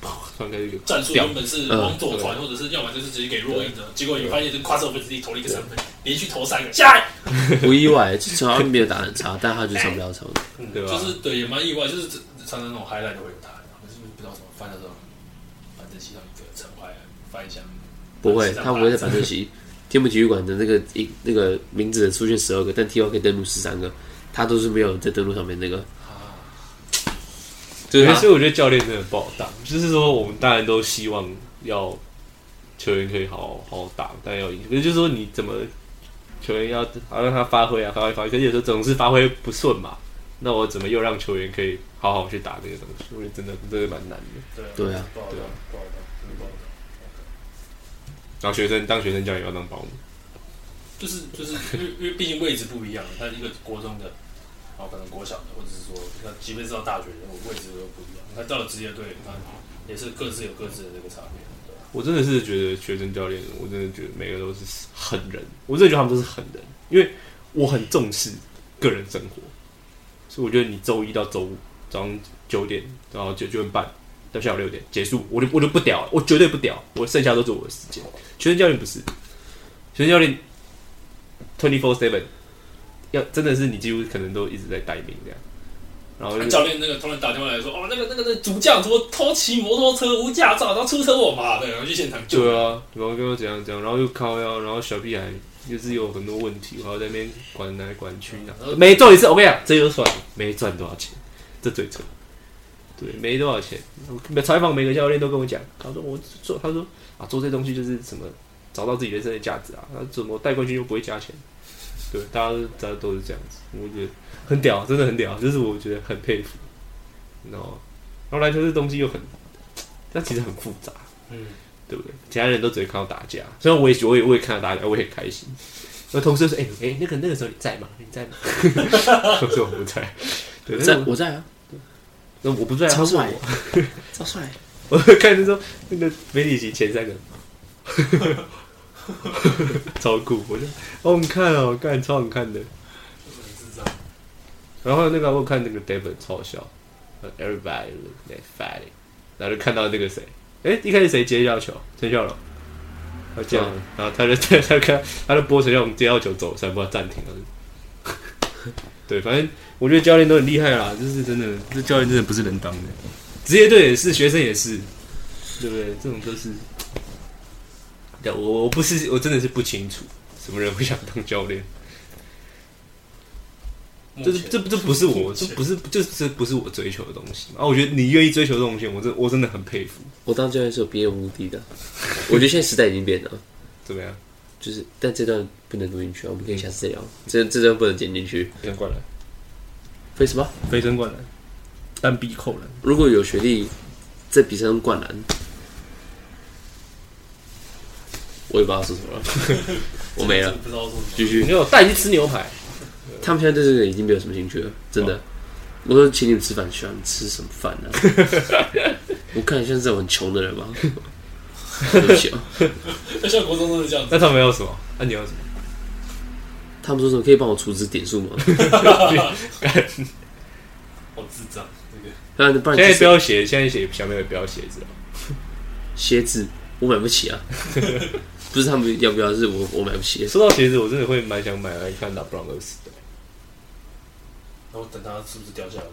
S2: 啪突然开始一个
S1: 战术
S2: 掉
S1: 原本是
S3: 嗯
S1: 往左传，或者是要么就是直接给弱硬的，结果你发现这跨射分自己投了一个三分，连续投三个，下来，
S3: 不意外，就陈浩没有打得很差， [LAUGHS] 但他就上不了场。
S2: 对吧、
S1: 嗯就是对也蛮意外，就是常常那种 highlight 都会有他，可是不知道怎么翻到这种反正其中一个陈怀安翻一下，
S3: 不会，他不会在反对席。天母体育馆的那个一那个名字出现十二个，但 T O 可以登录十三个，他都是没有在登录上面那个。啊就
S2: 对，
S3: 是他
S2: 所以我觉得教练真的不好当。就是说，我们当然都希望要球员可以好好打，但要赢。可是就是说，你怎么球员要好让他发挥啊，发挥发挥。可是有时候总是发挥不顺嘛，那我怎么又让球员可以好好去打这个东西？我觉得真的真的蛮难的。
S3: 对啊，
S1: 不好当，不好当，真的不好当。
S2: 然后学生当学生教练也要当保姆，
S1: 就是就是因为因为毕竟位置不一样，他一个国中的，然后可能国小的，或者是说他即便是到大学的，我位置都不一样。他到了职业队，他也是各自有各自的这个差别。对吧
S2: 我真的是觉得学生教练，我真的觉得每个都是狠人，我真的觉得他们都是狠人，因为我很重视个人生活，所以我觉得你周一到周五早上九点，然后九九点半到下午六点结束，我就我就不屌了，我绝对不屌，我剩下都是我的时间。学生教练不是，学生教练 twenty four seven，要真的是你几乎可能都一直在待命这样，然后
S1: 那
S2: 就
S1: 啊教练那个突然打电话来说，哦，那个那个那个主将怎么偷骑摩托车无驾照，然后出车祸嘛的，然后去现场救。
S2: [LAUGHS] 对啊，然后跟我怎样怎样，然后又靠腰，然后小屁孩就是有很多问题，然后在那边管来管去的。没赚一次，我跟你讲，啊这就算了，没赚多少钱，这最扯。对，没多少钱。我采访每个教练都跟我讲，他说我做，他说啊，做这东西就是什么，找到自己人生的价值啊。他怎么带冠军又不会加钱？对，大家都大家都是这样子，我觉得很屌，真的很屌，就是我觉得很佩服。然后，然后篮球这东西又很，但其实很复杂。
S1: 嗯，
S2: 对不对？其他人都只会看到打架，虽然我也我也我也看到打架，我也很开心。然后同事就说：“哎、哎、那个那个时候你在吗？你在吗？” [LAUGHS] 我说：“我不在。”对，
S3: 在
S2: 但我
S3: 我在啊，
S2: 那我不在啊，他
S3: 超
S2: 问 [LAUGHS]
S3: 帅
S2: 我，，
S3: 超帅。
S2: 我看那时候那个梅里奇前三个， [LAUGHS] 超酷，我就哦，你看哦，看超好看的。
S1: 智障。
S2: 然后那个我有看那个 Devon 超好笑呃，Everybody look at Friday，然后就看到那个谁，哎，一开始谁接到球？陈孝龙，他这样，然后他就他他看他就播陈孝龙接到球走三步他暂停了。 [LAUGHS] 对，反正我觉得教练都很厉害啦，就是真的，这教练真的不是人当的，职业队也是，学生也是，对不对？这种都是，对我我不是我真的是不清楚什么人会想当教练。
S1: 目
S2: 这
S1: 前
S2: 这这不是我，
S1: 目
S2: 这
S1: 前
S2: 不是这这不是我追求的东西嘛啊！我觉得你愿意追求这种东西，我真我真的很佩服。
S3: 我当教练是有别有目的的，我觉得现在时代已经变了，
S2: 怎么样？
S3: 就是但这段不能录进去啊，我们可以下次再聊。
S2: 嗯
S3: 这这段不能剪进去，
S2: 飞身灌篮，
S3: 为什么？
S2: 飞身灌篮，单臂扣篮，
S3: 如果有学弟在比赛中灌篮，我也不知道说什么了，
S2: [LAUGHS]
S3: 我没了
S1: 真的。不知道说 [LAUGHS] 什么。
S3: 继
S2: 你
S3: 续，
S2: 给我带你去吃牛排。
S3: 他们现在对这个已经没
S2: 哦 [LAUGHS]
S3: 有什么兴趣了，真的。我说请你们吃饭，喜欢吃什么饭呢、啊我看你像这种很穷的人吗？对不起啊，
S1: 那像国中都是这样子，
S2: 那他们要什么？啊那你要什么？
S3: 他们说什么可以帮我储值点数
S2: [LAUGHS]
S3: 吗？
S1: 好智障，这个
S3: 不然不然
S2: 现在不
S3: 就是
S2: 要写，现在写小朋友不要写字了。啊
S3: 鞋子我买不
S2: [LAUGHS]
S3: 起啊，不是他们要不要，是我我买不起。
S2: 说到鞋子，我真的会蛮想买来看 LeBron 二十的，
S1: 然后等它是不是掉下来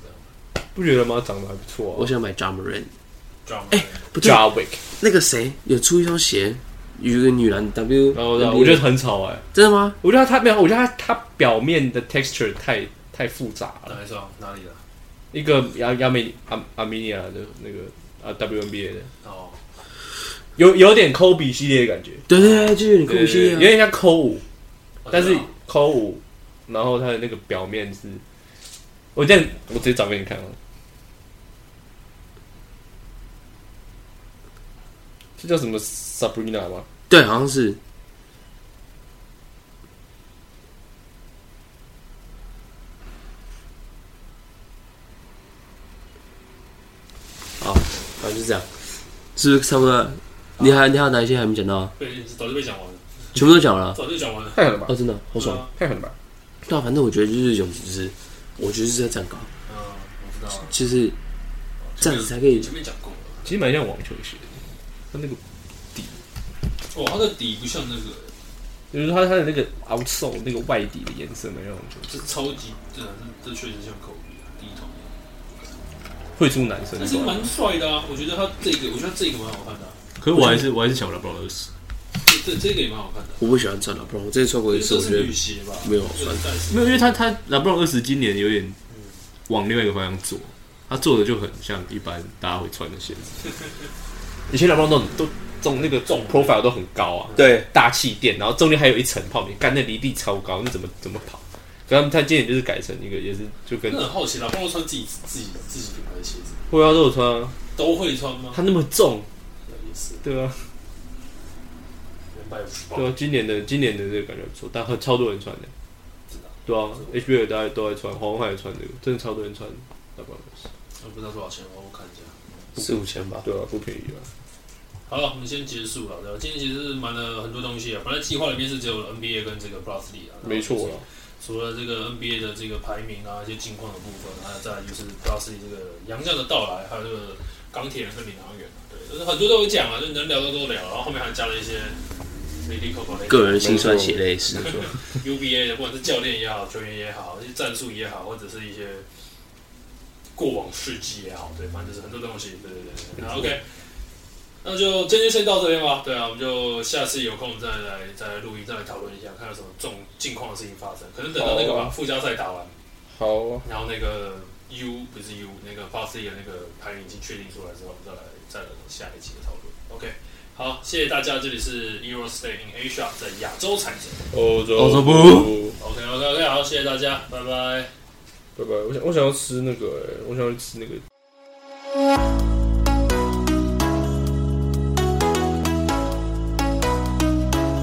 S1: 这
S2: 不觉得吗？长得还不错啊。
S3: 我想买 j a m a r a n
S1: 样，哎，
S3: 不对，
S2: Jarwick，
S3: 那个谁有出一双鞋，有一个女篮 W，
S2: 然后哦我觉得很吵哎、
S3: 真的吗？
S2: 我觉得他没有，我觉得他他表面的 texture 太太复杂了。
S1: 哪一双？哪里的？
S2: 一个亚亚美阿阿米尼亚的那个啊 WNBA 的，
S1: 哦，
S2: 有有点抠比系列的感觉，
S3: 对对对，就有点酷
S2: 对
S3: 炫
S2: 有
S3: 啊！
S2: 点像抠五，
S1: 我知道
S2: 但是抠五，然后它的那个表面是，我这样我直接找给你看啊，这叫什么 Sabrina 吗？
S3: 对，好像是好，反正就这样，是不是差不多了？你还你还有哪一些还没讲到啊？
S1: 被早就被讲完了，
S3: 全部都讲了啊。
S1: 早就讲完了，
S2: 太狠了吧
S3: 哦，！真的好爽！
S2: 呃太狠了吧！
S3: 对啊，反正我觉得就是有，就是我觉得是在这样搞，
S1: 对啊！嗯，我知道了，
S3: 就是这样子才可以
S1: 前面讲过了。
S2: 其实蛮像网球鞋的，它那个
S1: 哦，它的底不像那个，
S2: 就是它它的那个 outsole 那个外底的颜色蛮像网球鞋，
S1: 这超级，对啊，这这确实像口鼻啊，第一桶。
S2: 会出男生
S1: 但是
S2: 装。
S1: 蛮帅的啊，我觉得他这个，我觉得他这个蛮好看的啊、
S2: 可是我还是我还是想 LeBron 二十。
S1: 这这个也蛮好看的啊、
S3: 我不喜欢穿了，不然我之前穿过一次，
S1: 这
S3: 我觉
S1: 是
S3: 得
S1: 女鞋吧？
S3: 没有好穿。
S2: 没有，因为他他 LeBron 二十今年有点往另外一个方向做，他做的就很像一般大家会穿的鞋子。 [LAUGHS] 以前 LeBron 都很都中那个重 profile 都很高啊，
S3: 对，
S2: 大气垫，然后中间还有一层泡棉，干那离地超高，那怎么怎么跑？可他们他今年就是改成一个也是就跟
S1: 那很好奇啦，包括穿自己自己自己品牌的鞋子
S2: 会要都有穿啊，
S1: 都会穿吗？
S2: 他那么重，
S1: 也是
S2: 对啊，
S1: 两百五十八
S2: 对，啊，今年的今年的这个感觉不错，但很超多人穿的，
S1: 知道
S2: 对啊，HBO 大家都在穿，黄海也穿这个，真的超多人穿 LeBron 二十，
S1: 我不知道多少钱，我看一下。
S3: 四五千吧。
S2: 对啊，不便宜啊。
S1: 好了，我们先结束了。对吧？今天其实是买了很多东西啊，本来计划里面是只有 NBA 跟这个 Plus D 啊，
S2: 没错啦。
S1: 除了这个 NBA 的这个排名啊，一些近况的部分，还有再来就是 Plus D 这个洋将的到来，还有这个钢铁人跟领航员啊，对，就是很多都有讲啊，就能聊的都聊，然后后面还加了一些 l a d y c o
S3: 个人心酸血泪史，
S1: UBA 的，不管是教练也好，球员也好，一些战术也好，或者是一些过往事迹也好，对，反正就是很多东西，对对对对。那 OK，那就今天先到这边吧。对啊，我们就下次有空再来再来录音，再来讨论一下，看有什么重近况的事情发生。可能等到那个
S2: 好
S1: 吧，
S2: 啊
S1: 附加赛打完，
S2: 好啊，
S1: 然后那个 U 不是 U 那个 Plus 的那个排名已经确定出来之后，我们再来再来下一期的讨论。OK，好，谢谢大家，这里是 Euro Stay in Asia 在亚洲产生。
S2: 欧洲
S3: 欧洲部
S1: OK OK OK，好，谢谢大家，拜拜。
S2: 哎拜拜。我想我想要吃那个、欸我想要吃那个